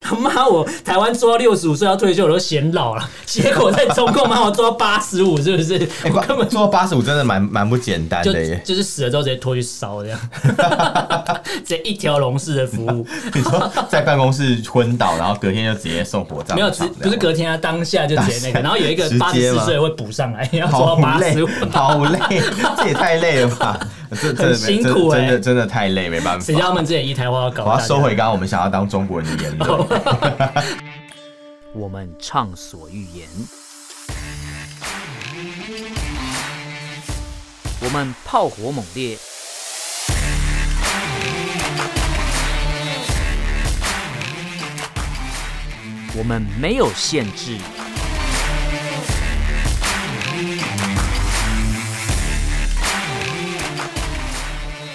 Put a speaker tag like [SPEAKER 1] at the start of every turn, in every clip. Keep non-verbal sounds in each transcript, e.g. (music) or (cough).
[SPEAKER 1] (laughs) 妈，我台湾做到六十五岁要退休，我都显老了， (laughs) 结果在中共妈我做到八十五，是不是？
[SPEAKER 2] (laughs) 哎
[SPEAKER 1] 我根本
[SPEAKER 2] 做八十五真的蛮蛮不简单
[SPEAKER 1] 就
[SPEAKER 2] 的耶。 (laughs)
[SPEAKER 1] 就是死了之后直接拖去烧这样， (laughs) 直接一条龙式的服
[SPEAKER 2] (laughs)
[SPEAKER 1] 务，
[SPEAKER 2] 你说在办公室昏倒，然后隔天就直接送火葬场
[SPEAKER 1] 没
[SPEAKER 2] 这
[SPEAKER 1] 有
[SPEAKER 2] 样，
[SPEAKER 1] 直不是隔天啊，当下就直接那个，然后有一个
[SPEAKER 2] 直接吗
[SPEAKER 1] 八十四岁会补上来，要做
[SPEAKER 2] 好
[SPEAKER 1] 到八
[SPEAKER 2] 累
[SPEAKER 1] 十五，，
[SPEAKER 2] 好累，这也太累了吧？这真的
[SPEAKER 1] 很辛苦
[SPEAKER 2] 真真
[SPEAKER 1] 欸
[SPEAKER 2] 的真的太累，没办
[SPEAKER 1] 谁叫
[SPEAKER 2] 法。
[SPEAKER 1] 他们之前一台话要搞
[SPEAKER 2] 我要
[SPEAKER 1] 大家？哦
[SPEAKER 2] 收回刚刚我们想要当中国人的言论。
[SPEAKER 3] 我们畅所欲言；我们炮火猛烈；我们没有限制。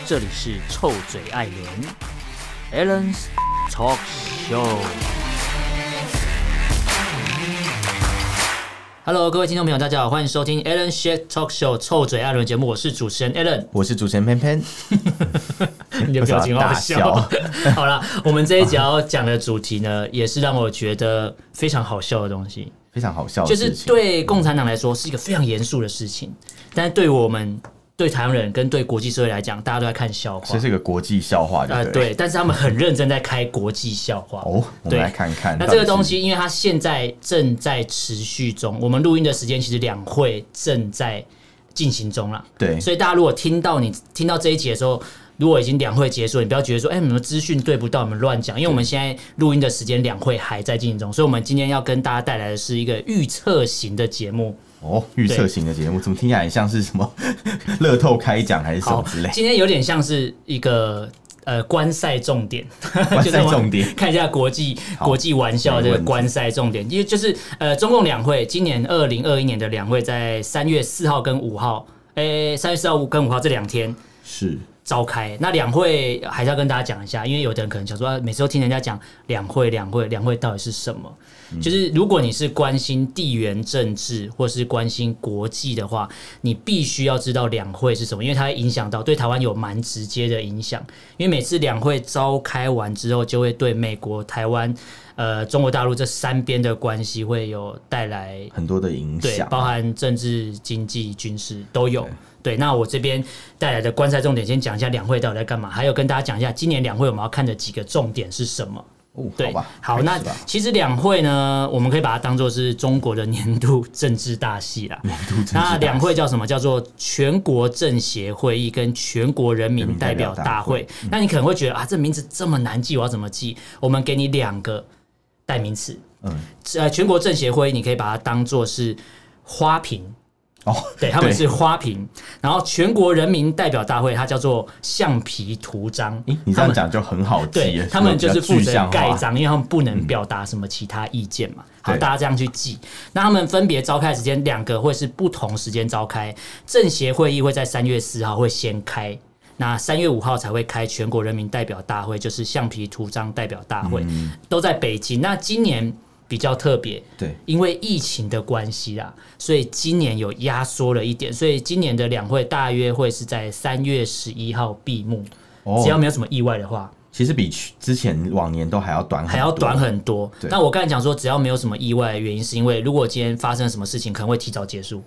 [SPEAKER 3] 这里是臭嘴艾伦 a l l e n s Talk Show。
[SPEAKER 1] Hello，各位听众朋友，大家好，欢迎收听 Alan s h a k Talk Show 臭嘴艾伦节目，我是主持人 Alan。
[SPEAKER 2] 我是主持人偏偏，
[SPEAKER 1] 你的表情好好笑
[SPEAKER 2] 为什么。
[SPEAKER 1] (laughs) 好啦，我们这一集要讲的主题
[SPEAKER 2] (laughs)
[SPEAKER 1] 呢，也是让我觉得非常好笑的东西，
[SPEAKER 2] 非常好笑的
[SPEAKER 1] 就
[SPEAKER 2] 事
[SPEAKER 1] 是
[SPEAKER 2] 情。
[SPEAKER 1] 对共产党来说是一个非常严肃的事情，但是对我们对台湾人跟对国际社会来讲，大家都在看笑话
[SPEAKER 2] 这。是个国际笑话，
[SPEAKER 1] 啊、
[SPEAKER 2] 对不对？
[SPEAKER 1] 对，但是他们很认真在开国际笑话。
[SPEAKER 2] 哦，我们
[SPEAKER 1] 对
[SPEAKER 2] 来看看。
[SPEAKER 1] 那这个东，西，因为它现在正在持续中，我们录音的时间其实两会正在进行中啦。
[SPEAKER 2] 对
[SPEAKER 1] 所以大家如果听到你听到这一集的时候，如果已经两会结束了，你不要觉得说，哎、你们资讯对不到，你们乱讲，因为我们现在录音的时间两会还在进行中，所以我们今天要跟大家带来的是一个预测型的节目。
[SPEAKER 2] 哦，预测型的节目，怎么听起来很像是什么 (laughs) 乐透开奖还是什么
[SPEAKER 1] 好
[SPEAKER 2] 之类，？
[SPEAKER 1] 今天有点像是一个。呃，观赛重点，
[SPEAKER 2] 观
[SPEAKER 1] (laughs) 就是
[SPEAKER 2] 赛
[SPEAKER 1] 我们
[SPEAKER 2] 重点
[SPEAKER 1] 看一下国际
[SPEAKER 2] 好
[SPEAKER 1] 国际玩笑这
[SPEAKER 2] 没
[SPEAKER 1] 个
[SPEAKER 2] 问题
[SPEAKER 1] 观赛重点，因为就是呃，中共两会，今年二零二一年的两会在三月四号跟五号，诶、三月四号跟五号这两天
[SPEAKER 2] 是
[SPEAKER 1] 召开。那两会还是要跟大家讲一下，因为有的人可能想说，啊每次都听人家讲两会、两会、两会到底是什么？就是如果你是关心地缘政治或是关心国际的话，你必须要知道两会是什么，因为它会影响到对台湾有蛮直接的影响。因为每次两会召开完之后，就会对美国、台湾、呃中国大陆这三边的关系会有带来
[SPEAKER 2] 很多的影
[SPEAKER 1] 对，
[SPEAKER 2] 响，
[SPEAKER 1] 包含政治、经济、军事都有。对，那我这边带来的观赛重点，先讲一下两会到底在干嘛，还有跟大家讲一下今年两会我们要看的几个重点是什么。
[SPEAKER 2] 哦，
[SPEAKER 1] 对，
[SPEAKER 2] 好吧，
[SPEAKER 1] 好，
[SPEAKER 2] 开
[SPEAKER 1] 那
[SPEAKER 2] 始吧
[SPEAKER 1] 其实两会呢，我们可以把它当做是中国的年度政治大戏
[SPEAKER 2] (laughs)
[SPEAKER 1] 啦。那两会叫什么？叫做全国政协会议跟全国人民代表大会。那你可能会觉得啊，这名字这么难记，我要怎么记？我们给你两个代名词。
[SPEAKER 2] 嗯
[SPEAKER 1] 呃，全国政协会议你可以把它当做是花瓶。
[SPEAKER 2] 哦，
[SPEAKER 1] (laughs) 对，他们是花瓶，然后全国人民代表大会，它叫做橡皮图章。
[SPEAKER 2] 诶你这样讲就很好记
[SPEAKER 1] (laughs) 对
[SPEAKER 2] 了，
[SPEAKER 1] 他们就是负
[SPEAKER 2] 比较具
[SPEAKER 1] 责
[SPEAKER 2] 象化嗯
[SPEAKER 1] 盖章，因为他们不能表达什么其他意见嘛。好，
[SPEAKER 2] 对
[SPEAKER 1] 大家这样去记。那他们分别召开的时间，两个会是不同时间召开。政协会议会在三月四号会先开。那三月五号才会开全国人民代表大会，就是橡皮图章代表大会，都在北京。那今年比较特别，
[SPEAKER 2] 嗯对，
[SPEAKER 1] 因为疫情的关系啊，所以今年有压缩了一点，所以今年的两会大约会是在三月十一号闭幕，
[SPEAKER 2] 哦
[SPEAKER 1] 只要没有什么意外的话，
[SPEAKER 2] 其实比去之前往年都还要短，
[SPEAKER 1] 还要短。很多。
[SPEAKER 2] 对
[SPEAKER 1] 那我刚才讲说，只要没有什么意外，的原因是因为如果今天发生了什么事情，可能会提早结束。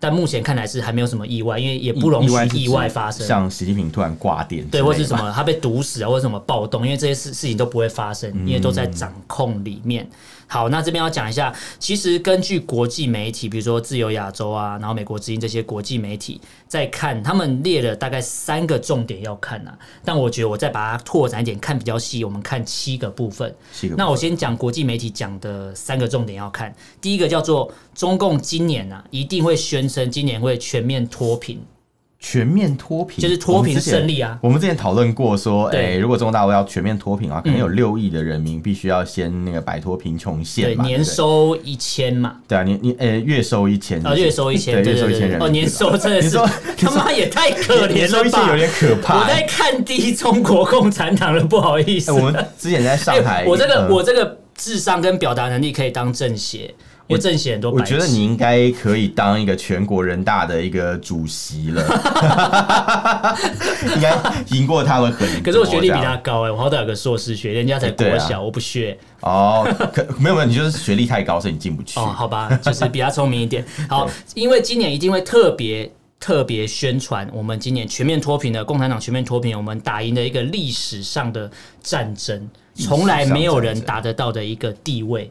[SPEAKER 1] 但目前看来是还没有什么意外，因为也不容
[SPEAKER 2] 是
[SPEAKER 1] 许
[SPEAKER 2] 指
[SPEAKER 1] 意外发生。
[SPEAKER 2] 像习近平突然挂电之类
[SPEAKER 1] 对，
[SPEAKER 2] 的
[SPEAKER 1] 或是什
[SPEAKER 2] 嘛？
[SPEAKER 1] 么他被毒死啊，或者什么暴动，因为这些事事情都不会发生，因为都在掌控里面。好，那这边要讲一下，其实根据国际媒体，比如说自由亚洲啊，然后美国之音这些国际媒体在看，他们列了大概三个重点要看啊。但我觉得我再把它拓展一点，看比较细，我们看七个部分。
[SPEAKER 2] 七个部分
[SPEAKER 1] 那我先讲国际媒体讲的三个重点要看，第一个叫做中共今年啊，一定会宣称今年会全面脱贫。
[SPEAKER 2] 全面脱贫，
[SPEAKER 1] 就是脱贫
[SPEAKER 2] 我们之前
[SPEAKER 1] 胜利啊
[SPEAKER 2] 我们之前讨论过说，哎、
[SPEAKER 1] 对嗯
[SPEAKER 2] 如果中国大陆要全面脱贫的话，可能有六亿的人民必须要先那个摆脱贫穷线
[SPEAKER 1] 对，
[SPEAKER 2] 嘛，
[SPEAKER 1] 年
[SPEAKER 2] 对不对
[SPEAKER 1] 收一千嘛，
[SPEAKER 2] 对啊，年你呃、月收一千，
[SPEAKER 1] 啊，月收一千，
[SPEAKER 2] 对
[SPEAKER 1] 对
[SPEAKER 2] 月收
[SPEAKER 1] 对
[SPEAKER 2] 一千
[SPEAKER 1] 对，
[SPEAKER 2] 人民
[SPEAKER 1] 哦，
[SPEAKER 2] 币
[SPEAKER 1] 年收真的
[SPEAKER 2] 你
[SPEAKER 1] 是
[SPEAKER 2] 说
[SPEAKER 1] 他妈也太可
[SPEAKER 2] 年
[SPEAKER 1] 怜
[SPEAKER 2] 收
[SPEAKER 1] 了
[SPEAKER 2] 一千有
[SPEAKER 1] 吧！
[SPEAKER 2] 点可怕、哎
[SPEAKER 1] 我在看低中国共产党了，不好意思。 (laughs)
[SPEAKER 2] 哎我们之前在上
[SPEAKER 1] 哎
[SPEAKER 2] 海，
[SPEAKER 1] 我这个
[SPEAKER 2] 嗯
[SPEAKER 1] 我这个智商跟表达能力可以当政协，因为政协很多
[SPEAKER 2] 我
[SPEAKER 1] 白痴。
[SPEAKER 2] 觉得你应该可以当一个全国人大的一个主席了， (laughs) 应该赢过他们很多。
[SPEAKER 1] 可是我学历比
[SPEAKER 2] 这
[SPEAKER 1] 他
[SPEAKER 2] 样
[SPEAKER 1] 高哎、我好歹有个硕士学，人家才国
[SPEAKER 2] 对啊
[SPEAKER 1] 小，我不学
[SPEAKER 2] 哦，可没有没有，你就是学历太高，所以你进不去。
[SPEAKER 1] 哦，好吧，就是比他聪明一
[SPEAKER 2] (laughs)
[SPEAKER 1] 点。好，因为今年一定会特别特别宣传我们今年全面脱贫的共产党全面脱贫，我们打赢了一个历史上的战争，
[SPEAKER 2] 史
[SPEAKER 1] 从来没有人
[SPEAKER 2] 上战争
[SPEAKER 1] 打得到的一个地位。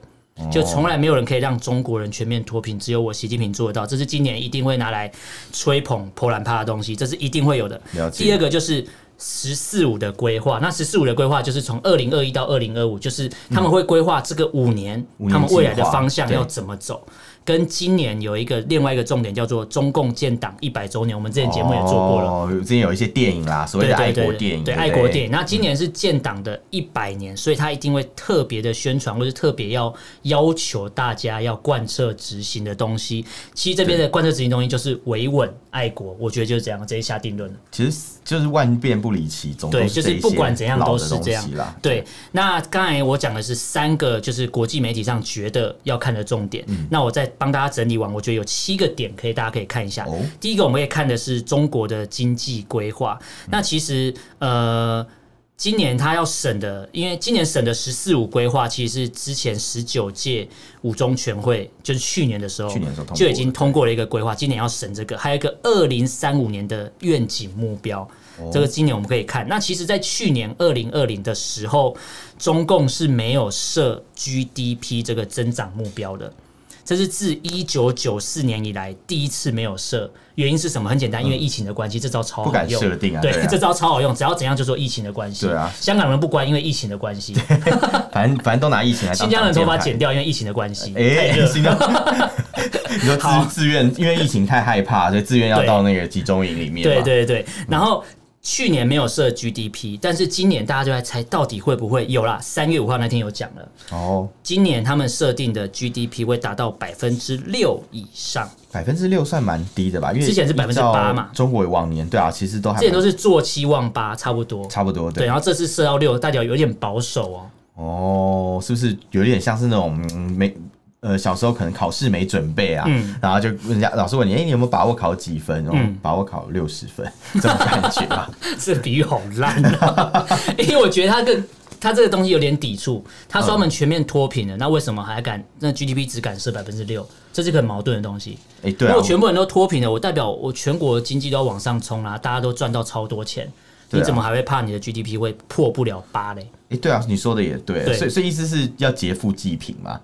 [SPEAKER 1] 就
[SPEAKER 2] 哦
[SPEAKER 1] 从来没有人可以让中国人全面脱贫，只有我习近平做得到。这是今年一定会拿来吹捧、泼兰帕的东西，这是一定会有的
[SPEAKER 2] 了。解
[SPEAKER 1] 第二个就是。十四五的规划，那十四五的规划就是从二零二一到二零二五，就是他们会规划这个五年，
[SPEAKER 2] 五年
[SPEAKER 1] 他们未来的
[SPEAKER 2] 计划
[SPEAKER 1] 方向
[SPEAKER 2] 对
[SPEAKER 1] 要怎么走。跟今年有一个另外一个重点叫做中共建党一百周年，我们之前节目也做过了。
[SPEAKER 2] 哦，之前有一些电影啦，所谓
[SPEAKER 1] 对
[SPEAKER 2] 的
[SPEAKER 1] 对
[SPEAKER 2] 爱
[SPEAKER 1] 对
[SPEAKER 2] 国电影，
[SPEAKER 1] 对
[SPEAKER 2] 不
[SPEAKER 1] 爱国电影。那今年是建党的一百年，所以他一定会特别的宣传，或是特别要要求大家要贯彻执行的东西。其实这边的贯彻执行东西就是维稳爱国，我觉得就是这样，直接下定论了。
[SPEAKER 2] 其实就是万变不离其宗，
[SPEAKER 1] 对，
[SPEAKER 2] 都
[SPEAKER 1] 就是
[SPEAKER 2] 这
[SPEAKER 1] 不
[SPEAKER 2] 些
[SPEAKER 1] 管怎样
[SPEAKER 2] 老
[SPEAKER 1] 都
[SPEAKER 2] 的
[SPEAKER 1] 是
[SPEAKER 2] 东
[SPEAKER 1] 这样
[SPEAKER 2] 西啦。。
[SPEAKER 1] 对，那刚才我讲的是三个，就是国际媒体上觉得要看的重点。那我再帮大家整理完，我觉得有七个点可以大家可以看一下。
[SPEAKER 2] 哦
[SPEAKER 1] 第一个我们可以看的是中国的经济规划。那其实呃。今年他要审的，因为今年审的“十四五”规划，其实是之前十九届五中全会，就是去年的时候，
[SPEAKER 2] 去年的时候通过
[SPEAKER 1] 就已经通过了一个规划，今年要审这个，还有一个二零三五年的愿景目标，
[SPEAKER 2] 哦
[SPEAKER 1] 这个今年我们可以看。那其实，在去年二零二零的时候，中共是没有设 GDP 这个增长目标的。这是自一九九四年以来第一次没有设，原因是什么？很简单，因为疫情的关系，这招超
[SPEAKER 2] 嗯不
[SPEAKER 1] 好
[SPEAKER 2] 敢
[SPEAKER 1] 用。
[SPEAKER 2] 设定啊
[SPEAKER 1] 对
[SPEAKER 2] 对啊，
[SPEAKER 1] 这招超好用，只要怎样就说疫情的关系。
[SPEAKER 2] 对啊
[SPEAKER 1] 香港人不关，因为疫情的关 (laughs) 系；
[SPEAKER 2] 反正反正都拿疫情来当
[SPEAKER 1] 新疆人头发剪
[SPEAKER 2] 挡
[SPEAKER 1] 掉，因为疫情的关 (laughs) 系。
[SPEAKER 2] 箭牌。
[SPEAKER 1] 太
[SPEAKER 2] 哎、
[SPEAKER 1] 热了
[SPEAKER 2] 新疆，你说
[SPEAKER 1] 好
[SPEAKER 2] 自自愿，因为疫情太害怕，所以自愿要
[SPEAKER 1] 对
[SPEAKER 2] 到那个集中营里面嘛。
[SPEAKER 1] 对嗯对对，然后。去年没有设 GDP，但是今年大家就在猜到底会不会有啦。三月五号那天有讲了，
[SPEAKER 2] 哦，
[SPEAKER 1] 今年他们设定的 GDP 会达到百分之六以上，
[SPEAKER 2] 百分之六算蛮低的吧？因为
[SPEAKER 1] 之前是
[SPEAKER 2] 依
[SPEAKER 1] 8%
[SPEAKER 2] 照
[SPEAKER 1] 嘛
[SPEAKER 2] 中国往年对啊，其实都还
[SPEAKER 1] 之前都
[SPEAKER 2] 蛮
[SPEAKER 1] 是做七望八，嗯差不多。
[SPEAKER 2] 差不多
[SPEAKER 1] 对，啊
[SPEAKER 2] 对。
[SPEAKER 1] 然后这次设到六，代表有点保守哦。
[SPEAKER 2] 哦，是不是有点像是那种嗯没？呃，小时候可能考试没准备啊，
[SPEAKER 1] 嗯
[SPEAKER 2] 然后就人家老师问你，哎、你有没有把握考几分？然后
[SPEAKER 1] 嗯
[SPEAKER 2] 把握考六十分， (laughs) 这种感觉
[SPEAKER 1] (laughs)
[SPEAKER 2] 啊，
[SPEAKER 1] 这比喻好烂、啊， (laughs) 因为我觉得他跟他这个东西有点抵触。他说他们全面脱贫了，那为什么还敢？那 GDP 只敢设百分之六，这是个很矛盾的东西。
[SPEAKER 2] 哎、对
[SPEAKER 1] 如
[SPEAKER 2] 啊，
[SPEAKER 1] 果全部人都脱贫了，我代表我全国经济都要往上冲啦、大家都赚到超多钱，
[SPEAKER 2] 对啊
[SPEAKER 1] 你怎么还会怕你的 GDP 会破不了八嘞？
[SPEAKER 2] 哎、对啊，你说的也对，
[SPEAKER 1] 对
[SPEAKER 2] 所以所以意思是要劫富济贫嘛？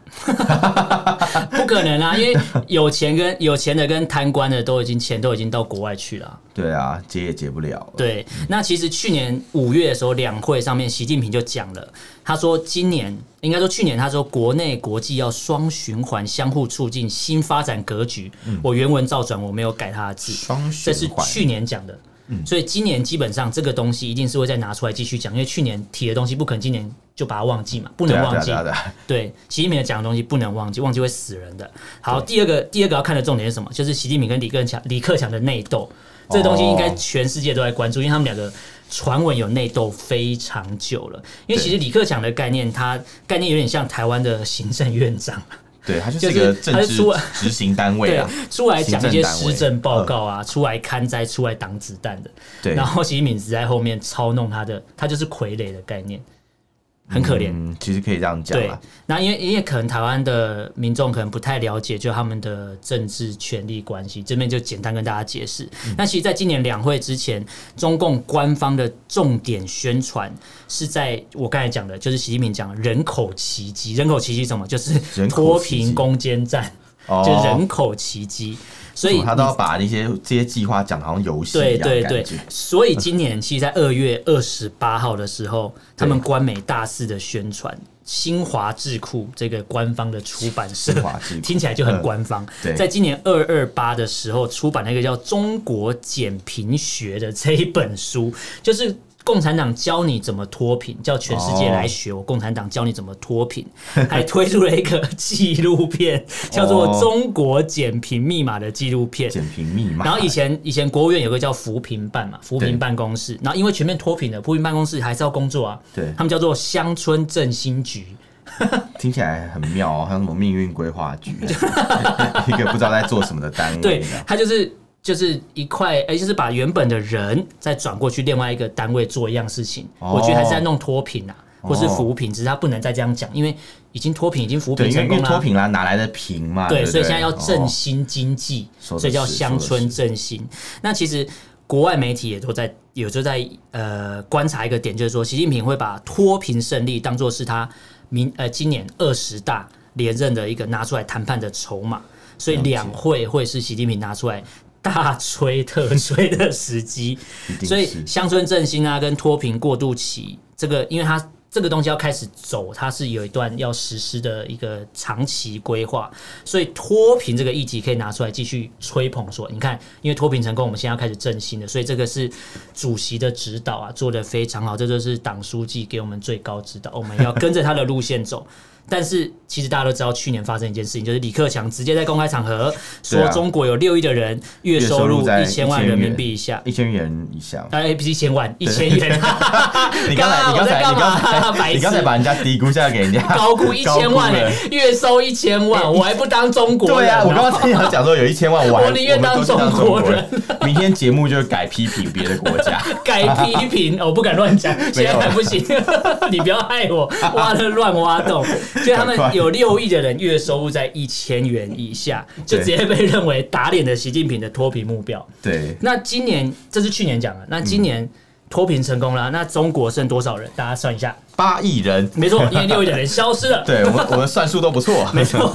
[SPEAKER 1] 不可能啊，因为有钱跟有钱的跟贪官的都已经钱都已经到国外去了啊、
[SPEAKER 2] 对啊，劫也劫不了。，
[SPEAKER 1] 对，那其实去年五月的时候，两会上面，习近平就讲了，他说今年应该说去年，他说国内国际要双循环，相互促进新发展格局。我原文照转，我没有改他的字，
[SPEAKER 2] 嗯双
[SPEAKER 1] 这
[SPEAKER 2] 循
[SPEAKER 1] 是
[SPEAKER 2] 环。嗯
[SPEAKER 1] 去年讲的。所以今年基本上这个东西一定是会再拿出来继续讲，因为去年提的东西不可能今年就把它忘记嘛，不
[SPEAKER 2] 对
[SPEAKER 1] 能
[SPEAKER 2] 啊，对
[SPEAKER 1] 忘
[SPEAKER 2] 啊，
[SPEAKER 1] 记
[SPEAKER 2] 对。啊，对啊，
[SPEAKER 1] 对，习近平讲的东西不能忘记，忘记会死人的。好，第二个第二个要看的重点是什么？就是习近平跟李克强李克强的内斗，这个东西应该全世界都在关注，因为他们两个传闻有内斗非常久了。因为其实李克强的概念，他概念有点像台湾的行政院长，
[SPEAKER 2] 对，他就
[SPEAKER 1] 就是
[SPEAKER 2] 是一个
[SPEAKER 1] 他
[SPEAKER 2] 政
[SPEAKER 1] 是
[SPEAKER 2] 治
[SPEAKER 1] 出来
[SPEAKER 2] 执行单位
[SPEAKER 1] (laughs) 对 (laughs)
[SPEAKER 2] 啊。，
[SPEAKER 1] 出来讲一些
[SPEAKER 2] 行政单位
[SPEAKER 1] 施政报告啊，出来看灾，出来挡子弹的。
[SPEAKER 2] 对，
[SPEAKER 1] 然后习近平只在后面操弄他的，他就是傀儡的概念，很可怜。
[SPEAKER 2] 嗯，其实可以这样讲
[SPEAKER 1] 对
[SPEAKER 2] 啦。，
[SPEAKER 1] 那因为因为可能台湾的民众可能不太了解，就他们的政治权力关系，这边就简单跟大家解释。
[SPEAKER 2] 嗯
[SPEAKER 1] 那其实，在今年两会之前，中共官方的重点宣传是在我刚才讲的，就是习近平讲的人口奇迹，人口奇迹是什么？就是
[SPEAKER 2] 人口
[SPEAKER 1] 脱
[SPEAKER 2] 奇迹
[SPEAKER 1] 贫攻坚战，
[SPEAKER 2] 哦
[SPEAKER 1] 就是人口奇迹。所以
[SPEAKER 2] 他都要把那些这些计划讲得好像游戏
[SPEAKER 1] 对
[SPEAKER 2] 一样
[SPEAKER 1] 对
[SPEAKER 2] 的
[SPEAKER 1] 对
[SPEAKER 2] 感觉。，
[SPEAKER 1] 所以今年其实，在二月二十八号的时候，他们官媒大肆的宣传。新华智库这个官方的出版社
[SPEAKER 2] 新华智库，嗯
[SPEAKER 1] 听起来就很官方。
[SPEAKER 2] 对
[SPEAKER 1] 在今年二二八的时候出版了一个叫《中国减贫学》的这一本书，就是共产党教你怎么脱贫，叫全世界来学我共产党教你怎么脱
[SPEAKER 2] (laughs)
[SPEAKER 1] 贫，还推出了一个纪录片，叫做《
[SPEAKER 2] 哦
[SPEAKER 1] 中国减贫密码》的纪录片。
[SPEAKER 2] 减贫密码。
[SPEAKER 1] 然后以前以前国务院有个叫扶贫办嘛，扶贫办公室。然后因为全面脱贫了，扶贫办公室还是要工作啊。
[SPEAKER 2] 对
[SPEAKER 1] 他们叫做乡村振兴局。
[SPEAKER 2] 听起来很妙哦，好像什么命运规划局，
[SPEAKER 1] (laughs)
[SPEAKER 2] 啊一个不知道在做什么的单位。
[SPEAKER 1] 对，它就是就是一块，哎、就是把原本的人再转过去另外一个单位做一样事情。
[SPEAKER 2] 哦
[SPEAKER 1] 我觉得还是在弄脱贫啊，或是
[SPEAKER 2] 哦
[SPEAKER 1] 扶贫，只是他不能再这样讲，因为已经脱贫，已经扶
[SPEAKER 2] 对，
[SPEAKER 1] 贫
[SPEAKER 2] 因为
[SPEAKER 1] 成
[SPEAKER 2] 因
[SPEAKER 1] 功
[SPEAKER 2] 为
[SPEAKER 1] 了
[SPEAKER 2] 脱
[SPEAKER 1] 啊。
[SPEAKER 2] 贫啦，哪来的贫嘛？对
[SPEAKER 1] 对，
[SPEAKER 2] 不对，
[SPEAKER 1] 所以现在要振
[SPEAKER 2] 哦
[SPEAKER 1] 兴经济，
[SPEAKER 2] 说得
[SPEAKER 1] 所以叫
[SPEAKER 2] 是
[SPEAKER 1] 乡
[SPEAKER 2] 说
[SPEAKER 1] 村
[SPEAKER 2] 得
[SPEAKER 1] 振兴。那其实国外媒体也都在，也就在呃观察一个点，就是说习近平会把脱贫胜利当做是他明呃今年二十大连任的一个拿出来谈判的筹码，所以两会会是习近平拿出来。大吹特吹的时机，
[SPEAKER 2] 一定
[SPEAKER 1] 所以
[SPEAKER 2] 是
[SPEAKER 1] 乡村振兴啊，跟脱贫过渡期，这个因为它这个东西要开始走，它是有一段要实施的一个长期规划，所以脱贫这个议题可以拿出来继续吹捧说，你看，因为脱贫成功，我们现在要开始振兴了，所以这个是主席的指导啊，做得非常好，这就是党书记给我们最高
[SPEAKER 2] (laughs)
[SPEAKER 1] 指导，我们要跟着他的路线走。但是其实大家都知道，去年发生一件事情，就是李克强直接在公开场合
[SPEAKER 2] 对
[SPEAKER 1] 说
[SPEAKER 2] 啊
[SPEAKER 1] 中国有六亿的人月
[SPEAKER 2] 月
[SPEAKER 1] 收
[SPEAKER 2] 收入
[SPEAKER 1] 入
[SPEAKER 2] 在
[SPEAKER 1] 一千万
[SPEAKER 2] 1000
[SPEAKER 1] 人民
[SPEAKER 2] 元
[SPEAKER 1] 币以下，
[SPEAKER 2] 一千元以
[SPEAKER 1] (laughs)
[SPEAKER 2] 下。
[SPEAKER 1] 哎，不是一千万，一千元， (laughs)
[SPEAKER 2] 你刚才，你刚才，
[SPEAKER 1] 干嘛
[SPEAKER 2] 你刚
[SPEAKER 1] 我在干嘛白
[SPEAKER 2] 才，
[SPEAKER 1] 痴
[SPEAKER 2] 你刚才把人家低估下给人家，
[SPEAKER 1] 高估一千万
[SPEAKER 2] 高估
[SPEAKER 1] 哎、
[SPEAKER 2] 了哎
[SPEAKER 1] 月收一千万，我还不当中国
[SPEAKER 2] (laughs) 对
[SPEAKER 1] 人、
[SPEAKER 2] 啊，我刚刚听你讲说有一千万，我还
[SPEAKER 1] (laughs) 我宁愿当
[SPEAKER 2] 们都是
[SPEAKER 1] 中
[SPEAKER 2] 当
[SPEAKER 1] 国
[SPEAKER 2] 国
[SPEAKER 1] 人。
[SPEAKER 2] 明天节目就改批评别的国家，
[SPEAKER 1] (laughs) 改批评，哦我不敢乱讲，现在还不行， (laughs) 你不要害我，挖的乱挖洞。就他们有六亿的人月收入在一千元以下，就直接被认为打脸的习近平的脱贫目标。
[SPEAKER 2] 对，
[SPEAKER 1] 那今年这是去年讲的，那
[SPEAKER 2] 嗯
[SPEAKER 1] 今年脱贫成功了，那中国剩多少人？大家算一下，
[SPEAKER 2] 八亿人，
[SPEAKER 1] 没错，因为六亿的人消失了。
[SPEAKER 2] (laughs) 对我们我们算术都不错，，
[SPEAKER 1] 没错
[SPEAKER 2] (laughs)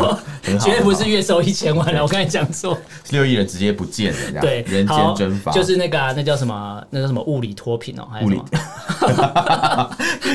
[SPEAKER 2] 很好
[SPEAKER 1] 绝对不是月收一千万了，我刚才讲错。
[SPEAKER 2] 六亿人直接不见了，这样
[SPEAKER 1] 对，
[SPEAKER 2] 啊人
[SPEAKER 1] 好
[SPEAKER 2] 间蒸发，
[SPEAKER 1] 就是那个啊、那叫什么？那叫什么物理脱贫哦，还是
[SPEAKER 2] 物
[SPEAKER 1] 什
[SPEAKER 2] 理
[SPEAKER 1] (laughs)
[SPEAKER 2] (laughs)
[SPEAKER 1] 么？，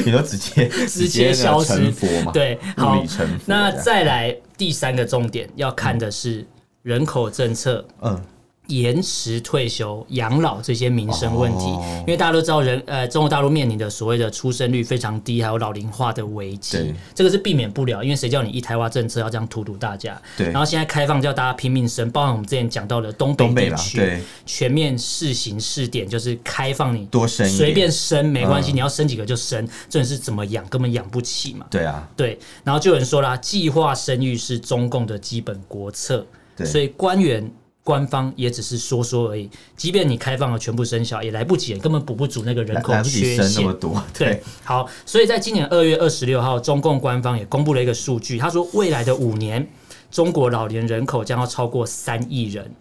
[SPEAKER 2] 你都直接
[SPEAKER 1] 直接消失
[SPEAKER 2] 成佛嘛，
[SPEAKER 1] 对，
[SPEAKER 2] 物
[SPEAKER 1] 好
[SPEAKER 2] 理成佛，，
[SPEAKER 1] 那
[SPEAKER 2] 这样
[SPEAKER 1] 再来第三个重点要看的是人口政策。
[SPEAKER 2] 嗯，
[SPEAKER 1] 延迟退休、养老这些民生问题，
[SPEAKER 2] 哦
[SPEAKER 1] 因为大家都知道人呃，中国大陆面临的所谓的出生率非常低，还有老龄化的危机
[SPEAKER 2] 对，
[SPEAKER 1] 这个是避免不了，因为谁叫你一胎化政策要这样荼毒大家？
[SPEAKER 2] 对
[SPEAKER 1] 然后现在开放叫大家拼命生，包含我们之前讲到的东北
[SPEAKER 2] 东北
[SPEAKER 1] 地
[SPEAKER 2] 嘛
[SPEAKER 1] 区
[SPEAKER 2] 对
[SPEAKER 1] 全面试行试点，就是开放你
[SPEAKER 2] 多生一点
[SPEAKER 1] 随便生没关系，
[SPEAKER 2] 嗯
[SPEAKER 1] 你要生几个就生，这是怎么养根本养不起嘛。
[SPEAKER 2] 对啊，
[SPEAKER 1] 对，然后就有人说啦，计划生育是中共的基本国策，
[SPEAKER 2] 对
[SPEAKER 1] 所以官员。官方也只是说说而已，即便你开放了全部生效，也来不及，根本补不足那个人
[SPEAKER 2] 来
[SPEAKER 1] 口
[SPEAKER 2] 来不及
[SPEAKER 1] 缺
[SPEAKER 2] 生那
[SPEAKER 1] 陷
[SPEAKER 2] 么。多，
[SPEAKER 1] 对
[SPEAKER 2] 对，，
[SPEAKER 1] 好，所以在今年二月二十六号，中共官方也公布了一个数据，他说未来的五年，中国老年人口将要超过三亿人，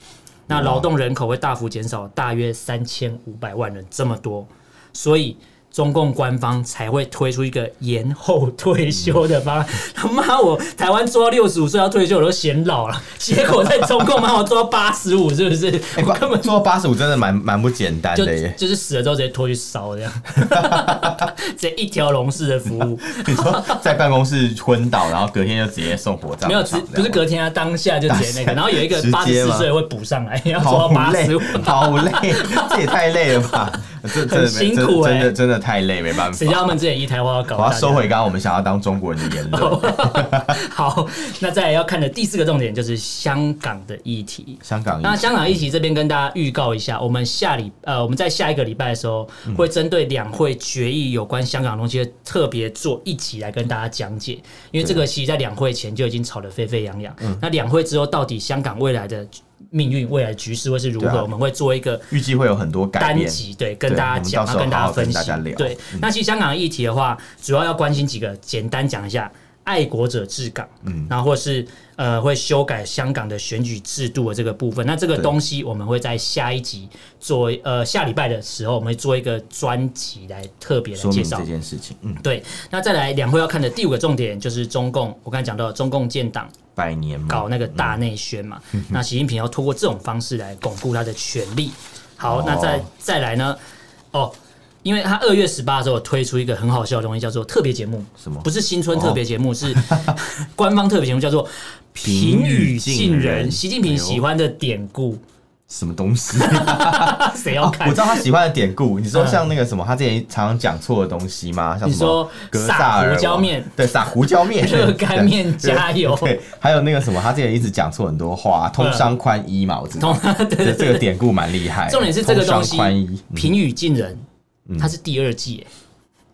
[SPEAKER 1] 那劳动人口会大幅减少大约三千五百万人，这么多，所以。中共官方才会推出一个延后退休的方案。 (laughs) 他妈，我台湾做到六十五岁要退休，我都显老了，结果在中共妈我做到八十五，是不是？
[SPEAKER 2] 哎，
[SPEAKER 1] (laughs) 我根本
[SPEAKER 2] 做到八十五真的蛮蛮不简单
[SPEAKER 1] 就
[SPEAKER 2] 的耶。 (laughs)
[SPEAKER 1] 就是死了之后直接拖去烧这样， (laughs) 直接一条龙式的服务，
[SPEAKER 2] 你说在办公室昏倒，然后隔天就直接送火葬场，
[SPEAKER 1] 没有只不是
[SPEAKER 2] 这样
[SPEAKER 1] 隔天啊，当下就直接那个，然后有一个
[SPEAKER 2] 直接吗
[SPEAKER 1] 八十四岁会补上来，要
[SPEAKER 2] 吗
[SPEAKER 1] 做到
[SPEAKER 2] 好
[SPEAKER 1] 八
[SPEAKER 2] 累
[SPEAKER 1] 十五，，
[SPEAKER 2] (laughs) 好累，这也太累了吧？ (laughs) 这真的
[SPEAKER 1] 很辛苦
[SPEAKER 2] 真
[SPEAKER 1] 欸
[SPEAKER 2] 真的真的太累，没办
[SPEAKER 1] 谁叫他
[SPEAKER 2] 法。
[SPEAKER 1] 们之前一台花要搞
[SPEAKER 2] 我
[SPEAKER 1] 大
[SPEAKER 2] 要
[SPEAKER 1] 家？
[SPEAKER 2] 收回刚刚我们想要当中国人的言论。
[SPEAKER 1] (laughs) 好，那再来要看的第四个重点就是香港的议题。
[SPEAKER 2] 香港
[SPEAKER 1] 那
[SPEAKER 2] 疫情
[SPEAKER 1] 香港议题这边跟大家预告一下，我们下礼呃，我们在下一个礼拜的时候，
[SPEAKER 2] 嗯
[SPEAKER 1] 会针对两会决议有关香港的东西，特别做一集来跟大家讲解。因为这个其实在两会前就已经吵得沸沸扬扬，
[SPEAKER 2] 嗯
[SPEAKER 1] 那两会之后到底香港未来的命运、未来的局势会是如何，
[SPEAKER 2] 对啊
[SPEAKER 1] 我们会做一个。
[SPEAKER 2] 预计会有很多改
[SPEAKER 1] 单
[SPEAKER 2] 变，
[SPEAKER 1] 集对，跟
[SPEAKER 2] 对
[SPEAKER 1] 大家讲，然
[SPEAKER 2] 我们到时
[SPEAKER 1] 后
[SPEAKER 2] 候
[SPEAKER 1] 跟大
[SPEAKER 2] 好
[SPEAKER 1] 家
[SPEAKER 2] 好跟
[SPEAKER 1] 分
[SPEAKER 2] 大
[SPEAKER 1] 析
[SPEAKER 2] 家聊。嗯
[SPEAKER 1] 对，那其实香港的议题的话，主要要关心几个，简单讲一下。爱国者治港，嗯，然后或是呃会修改香港的选举制度的这个部分，那这个
[SPEAKER 2] 对
[SPEAKER 1] 东西我们会在下一集做，呃下礼拜的时候我们会做一个专辑来特别来
[SPEAKER 2] 说
[SPEAKER 1] 介
[SPEAKER 2] 明
[SPEAKER 1] 绍
[SPEAKER 2] 这。件事情。嗯，
[SPEAKER 1] 对，那再来两会要看的第五个重点就是中共，我刚才讲到中共建党
[SPEAKER 2] 百年嘛
[SPEAKER 1] 搞那个大内宣嘛。
[SPEAKER 2] 嗯
[SPEAKER 1] 那习近平要通过这种方式来巩固他的权力。好，
[SPEAKER 2] 哦
[SPEAKER 1] 那再再来呢？哦。因为他二月十八的时候有推出一个很好笑的东西，叫做特别节目，
[SPEAKER 2] 什么哦
[SPEAKER 1] 不是新春特别节目，
[SPEAKER 2] (laughs)
[SPEAKER 1] 是官方特别节目，叫做“
[SPEAKER 2] 平
[SPEAKER 1] 平语
[SPEAKER 2] 语
[SPEAKER 1] 近
[SPEAKER 2] 近
[SPEAKER 1] 人”。
[SPEAKER 2] 人
[SPEAKER 1] 习近平喜欢的典故，
[SPEAKER 2] 什么
[SPEAKER 1] (laughs)
[SPEAKER 2] 东西？
[SPEAKER 1] 啊谁要
[SPEAKER 2] 哦我
[SPEAKER 1] 看
[SPEAKER 2] 知？
[SPEAKER 1] (laughs)
[SPEAKER 2] 道他喜欢的典故。你说像那个什么，他之前常常讲错的东西吗？像
[SPEAKER 1] 嗯你
[SPEAKER 2] 什么
[SPEAKER 1] 说
[SPEAKER 2] 格
[SPEAKER 1] 撒
[SPEAKER 2] 萨尔
[SPEAKER 1] 胡椒
[SPEAKER 2] 王
[SPEAKER 1] 面？
[SPEAKER 2] 对，撒胡椒
[SPEAKER 1] (laughs)
[SPEAKER 2] 面，
[SPEAKER 1] 热干面加油嗯
[SPEAKER 2] 对，对还有那个什么，他之前一直讲错很多话，通商宽衣嘛，我知道。
[SPEAKER 1] 通对对
[SPEAKER 2] 这
[SPEAKER 1] 对
[SPEAKER 2] 这个典故蛮厉害的。
[SPEAKER 1] 重点是这个东
[SPEAKER 2] 通
[SPEAKER 1] 西
[SPEAKER 2] 商宽衣
[SPEAKER 1] “
[SPEAKER 2] 嗯
[SPEAKER 1] 平语近人”，它是第二季耶，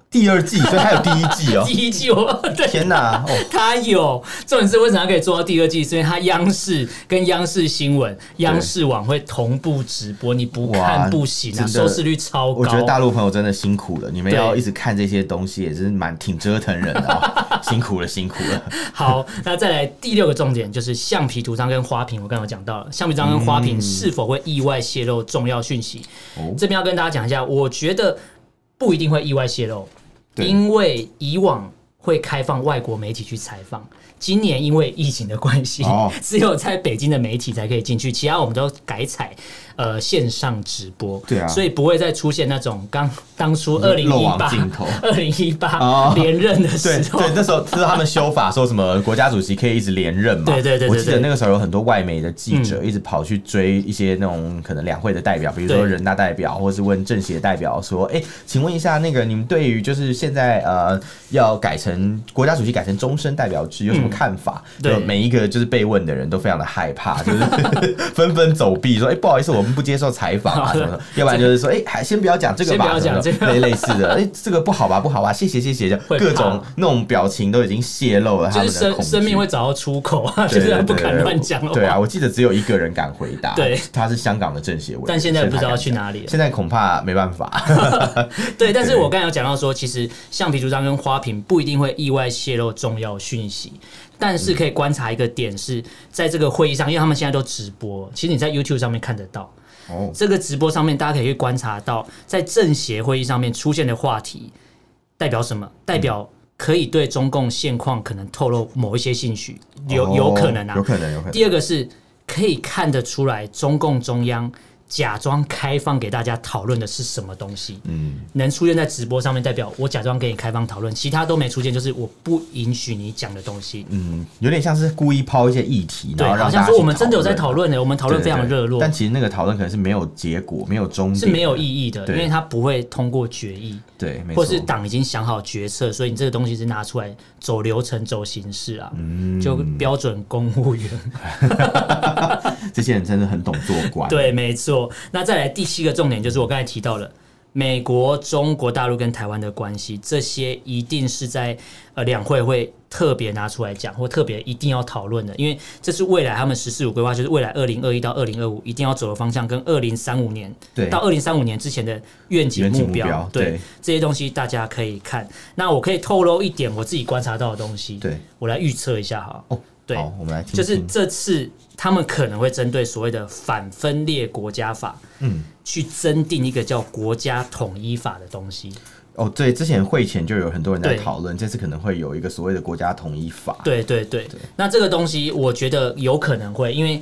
[SPEAKER 2] 第二季，所以还有第一季哦
[SPEAKER 1] (laughs) 第。一季我对
[SPEAKER 2] 天哪，哦，
[SPEAKER 1] (laughs) 他有，重点是为什么他可以做到第二季？是因为他央视跟央视新闻、央视晚会同步直播，你不
[SPEAKER 2] 哇
[SPEAKER 1] 看不行啊，
[SPEAKER 2] 真的
[SPEAKER 1] 收视率超高。
[SPEAKER 2] 我觉得大陆朋友真的辛苦了，你们
[SPEAKER 1] 对
[SPEAKER 2] 要一直看这些东西，也真是蛮挺折腾人的、
[SPEAKER 1] (laughs)
[SPEAKER 2] 哦，辛苦了，辛苦了。
[SPEAKER 1] 好，那再来第六个重点就是橡皮图章跟花瓶，我刚刚有讲到了，橡皮图章跟花瓶是否会意外泄露重要讯息？
[SPEAKER 2] 嗯哦
[SPEAKER 1] 这边要跟大家讲一下，我觉得不一定会意外泄露，
[SPEAKER 2] 对
[SPEAKER 1] 因为以往。会开放外国媒体去采访，今年因为疫情的关系，
[SPEAKER 2] 哦
[SPEAKER 1] (laughs) 只有在北京的媒体才可以进去，其他我们都改采呃线上直播，
[SPEAKER 2] 对啊
[SPEAKER 1] 所以不会再出现那种刚当初二零
[SPEAKER 2] 漏
[SPEAKER 1] 一
[SPEAKER 2] 网
[SPEAKER 1] 八
[SPEAKER 2] 镜头、
[SPEAKER 1] 二零一八
[SPEAKER 2] 哦
[SPEAKER 1] 连任的时
[SPEAKER 2] 对
[SPEAKER 1] 候，
[SPEAKER 2] 对，那时候就是他们修法说什么国家主席可以一直连任嘛？
[SPEAKER 1] 对对对对
[SPEAKER 2] 我记得
[SPEAKER 1] 对嗯
[SPEAKER 2] 那个时候有很多外媒的记者一直跑去追一些那种可能两会的代表，比如说
[SPEAKER 1] 对
[SPEAKER 2] 人大代表，或是问政协代表说：“哎、请问一下，那个你们对于就是现在呃要改成国家主席改成终身代表制有什么看法？”
[SPEAKER 1] 嗯对
[SPEAKER 2] 就每一个就是被问的人都非常的害怕，就是 (laughs) 纷纷走避说：“哎、不好意思，我们不接受采访
[SPEAKER 1] (laughs)
[SPEAKER 2] 啊什么的。”要不然就是说：“哎、还先不要讲这个吧，
[SPEAKER 1] 先不要讲
[SPEAKER 2] 什么的
[SPEAKER 1] 这个
[SPEAKER 2] (laughs) 类类似的，哎、这个不好吧，不好吧，谢谢谢谢，
[SPEAKER 1] 会怕
[SPEAKER 2] 各种那种表情都已经泄露了他
[SPEAKER 1] 就
[SPEAKER 2] 们
[SPEAKER 1] 是
[SPEAKER 2] 的
[SPEAKER 1] 生
[SPEAKER 2] 恐惧。
[SPEAKER 1] 生命会找到出口啊， (laughs) 就
[SPEAKER 2] 对对
[SPEAKER 1] 是
[SPEAKER 2] 对
[SPEAKER 1] 不敢
[SPEAKER 2] 对
[SPEAKER 1] 乱讲哦了。
[SPEAKER 2] 对啊，，我记得只有一个人敢回答，
[SPEAKER 1] 对，
[SPEAKER 2] 他是香港的政协委员，
[SPEAKER 1] 但现在
[SPEAKER 2] 所以他
[SPEAKER 1] 不知道
[SPEAKER 2] 敢
[SPEAKER 1] 去
[SPEAKER 2] 讲
[SPEAKER 1] 哪里了
[SPEAKER 2] 现在恐怕没办法。
[SPEAKER 1] 对。但是我刚才有讲到说，其实橡皮图章跟花瓶不一定会意外泄露重要讯息，但是可以观察一个点是，在这个会议上，因为他们现在都直播，其实你在 YouTube 上面看得到。
[SPEAKER 2] 哦，
[SPEAKER 1] 这个直播上面，大家可以去观察到，在政协会议上面出现的话题代表什么？代表可以对中共现况可能透露某一些信息， (laughs)
[SPEAKER 2] 哦
[SPEAKER 1] 有有可能啊，
[SPEAKER 2] 有可能，有可能。
[SPEAKER 1] 第二个是可以看得出来，中共中央假装开放给大家讨论的是什么东西，
[SPEAKER 2] 嗯，
[SPEAKER 1] 能出现在直播上面，代表我假装给你开放讨论，其他都没出现，就是我不允许你讲的东西。
[SPEAKER 2] 嗯，有点像是故意抛一些议题，
[SPEAKER 1] 对，
[SPEAKER 2] 然后让
[SPEAKER 1] 好
[SPEAKER 2] 大
[SPEAKER 1] 像
[SPEAKER 2] 家
[SPEAKER 1] 说
[SPEAKER 2] 去
[SPEAKER 1] 我们真的有在讨论呢，我们讨
[SPEAKER 2] 对，
[SPEAKER 1] 论
[SPEAKER 2] 对
[SPEAKER 1] 非常
[SPEAKER 2] 对
[SPEAKER 1] 热络，
[SPEAKER 2] 但其实那个讨论可能是没有结果，没有终
[SPEAKER 1] 是
[SPEAKER 2] 点，
[SPEAKER 1] 没有意义的，
[SPEAKER 2] 对
[SPEAKER 1] 因为它不会通过决议，
[SPEAKER 2] 对，没
[SPEAKER 1] 或
[SPEAKER 2] 错，
[SPEAKER 1] 是党已经想好决策，所以你这个东西是拿出来走流程、走形式啊，
[SPEAKER 2] 嗯
[SPEAKER 1] 就标准公务员。
[SPEAKER 2] 这些人真的很懂做官，
[SPEAKER 1] 对，没错。那再来第七个重点就是我刚才提到了。美国、中国大陆跟台湾的关系，这些一定是在呃两会会特别拿出来讲，或特别一定要讨论的，因为这是未来他们“十四五”规划，就是未来二零二一到二零二五一定要走的方向，跟二零三五年
[SPEAKER 2] 对
[SPEAKER 1] 到二零三五年之前的愿景
[SPEAKER 2] 愿景
[SPEAKER 1] 目
[SPEAKER 2] 目标对
[SPEAKER 1] 这些东西大家可以看。那我可以透露一点我自己观察到的东西，
[SPEAKER 2] 对，
[SPEAKER 1] 我来预测一下哈。
[SPEAKER 2] 哦，
[SPEAKER 1] 对
[SPEAKER 2] 好，我们来听
[SPEAKER 1] 就是
[SPEAKER 2] 听
[SPEAKER 1] 这次他们可能会针对所谓的反分裂国家法，嗯，去增订一个叫国家统一法的东西。
[SPEAKER 2] 哦，对，之前会前就有很多人在
[SPEAKER 1] 对
[SPEAKER 2] 讨论，这次可能会有一个所谓的国家统一法。
[SPEAKER 1] 对对对，那这个东西我觉得有可能会，因为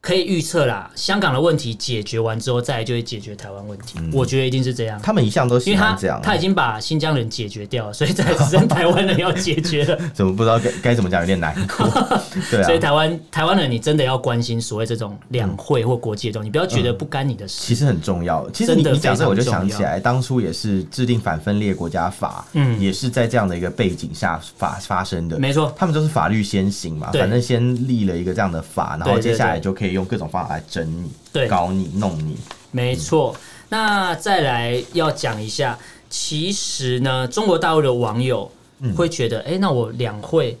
[SPEAKER 1] 可以预测啦，香港的问题解决完之后，再来就会解决台湾问题。我觉得一定是这样。
[SPEAKER 2] 他们一向都
[SPEAKER 1] 因
[SPEAKER 2] 喜
[SPEAKER 1] 为他
[SPEAKER 2] 欢这嗯样啊，啊
[SPEAKER 1] 他已经把新疆人解决掉了，所
[SPEAKER 2] (laughs)
[SPEAKER 1] 以在只剩台湾人要解决了。
[SPEAKER 2] 怎么不知道该该怎么讲，有点
[SPEAKER 1] (laughs)
[SPEAKER 2] 难过。对
[SPEAKER 1] 所以
[SPEAKER 2] 啊，
[SPEAKER 1] 台湾台湾人，你真的要关心所谓这种两会或国际的东西，你不要觉
[SPEAKER 2] 嗯
[SPEAKER 1] 得不干你的事。
[SPEAKER 2] 其实很重要。其实
[SPEAKER 1] 真
[SPEAKER 2] 你
[SPEAKER 1] 的
[SPEAKER 2] 你讲这，我就
[SPEAKER 1] 非常
[SPEAKER 2] 想
[SPEAKER 1] 重
[SPEAKER 2] 起来，当初也是制定反分裂国家法，
[SPEAKER 1] 嗯
[SPEAKER 2] 也是在这样的一个背景下发发生的。
[SPEAKER 1] 没错
[SPEAKER 2] 他们都是法律先行嘛，
[SPEAKER 1] 对
[SPEAKER 2] 反正先立了一个这样的法，然后
[SPEAKER 1] 对对
[SPEAKER 2] 接下
[SPEAKER 1] 对
[SPEAKER 2] 来就可以用各种方法来整你、
[SPEAKER 1] 对
[SPEAKER 2] 搞你、弄你。
[SPEAKER 1] 没错，那再来要讲一下，其实呢，中国大陆的网友会觉得，哎、那我两会。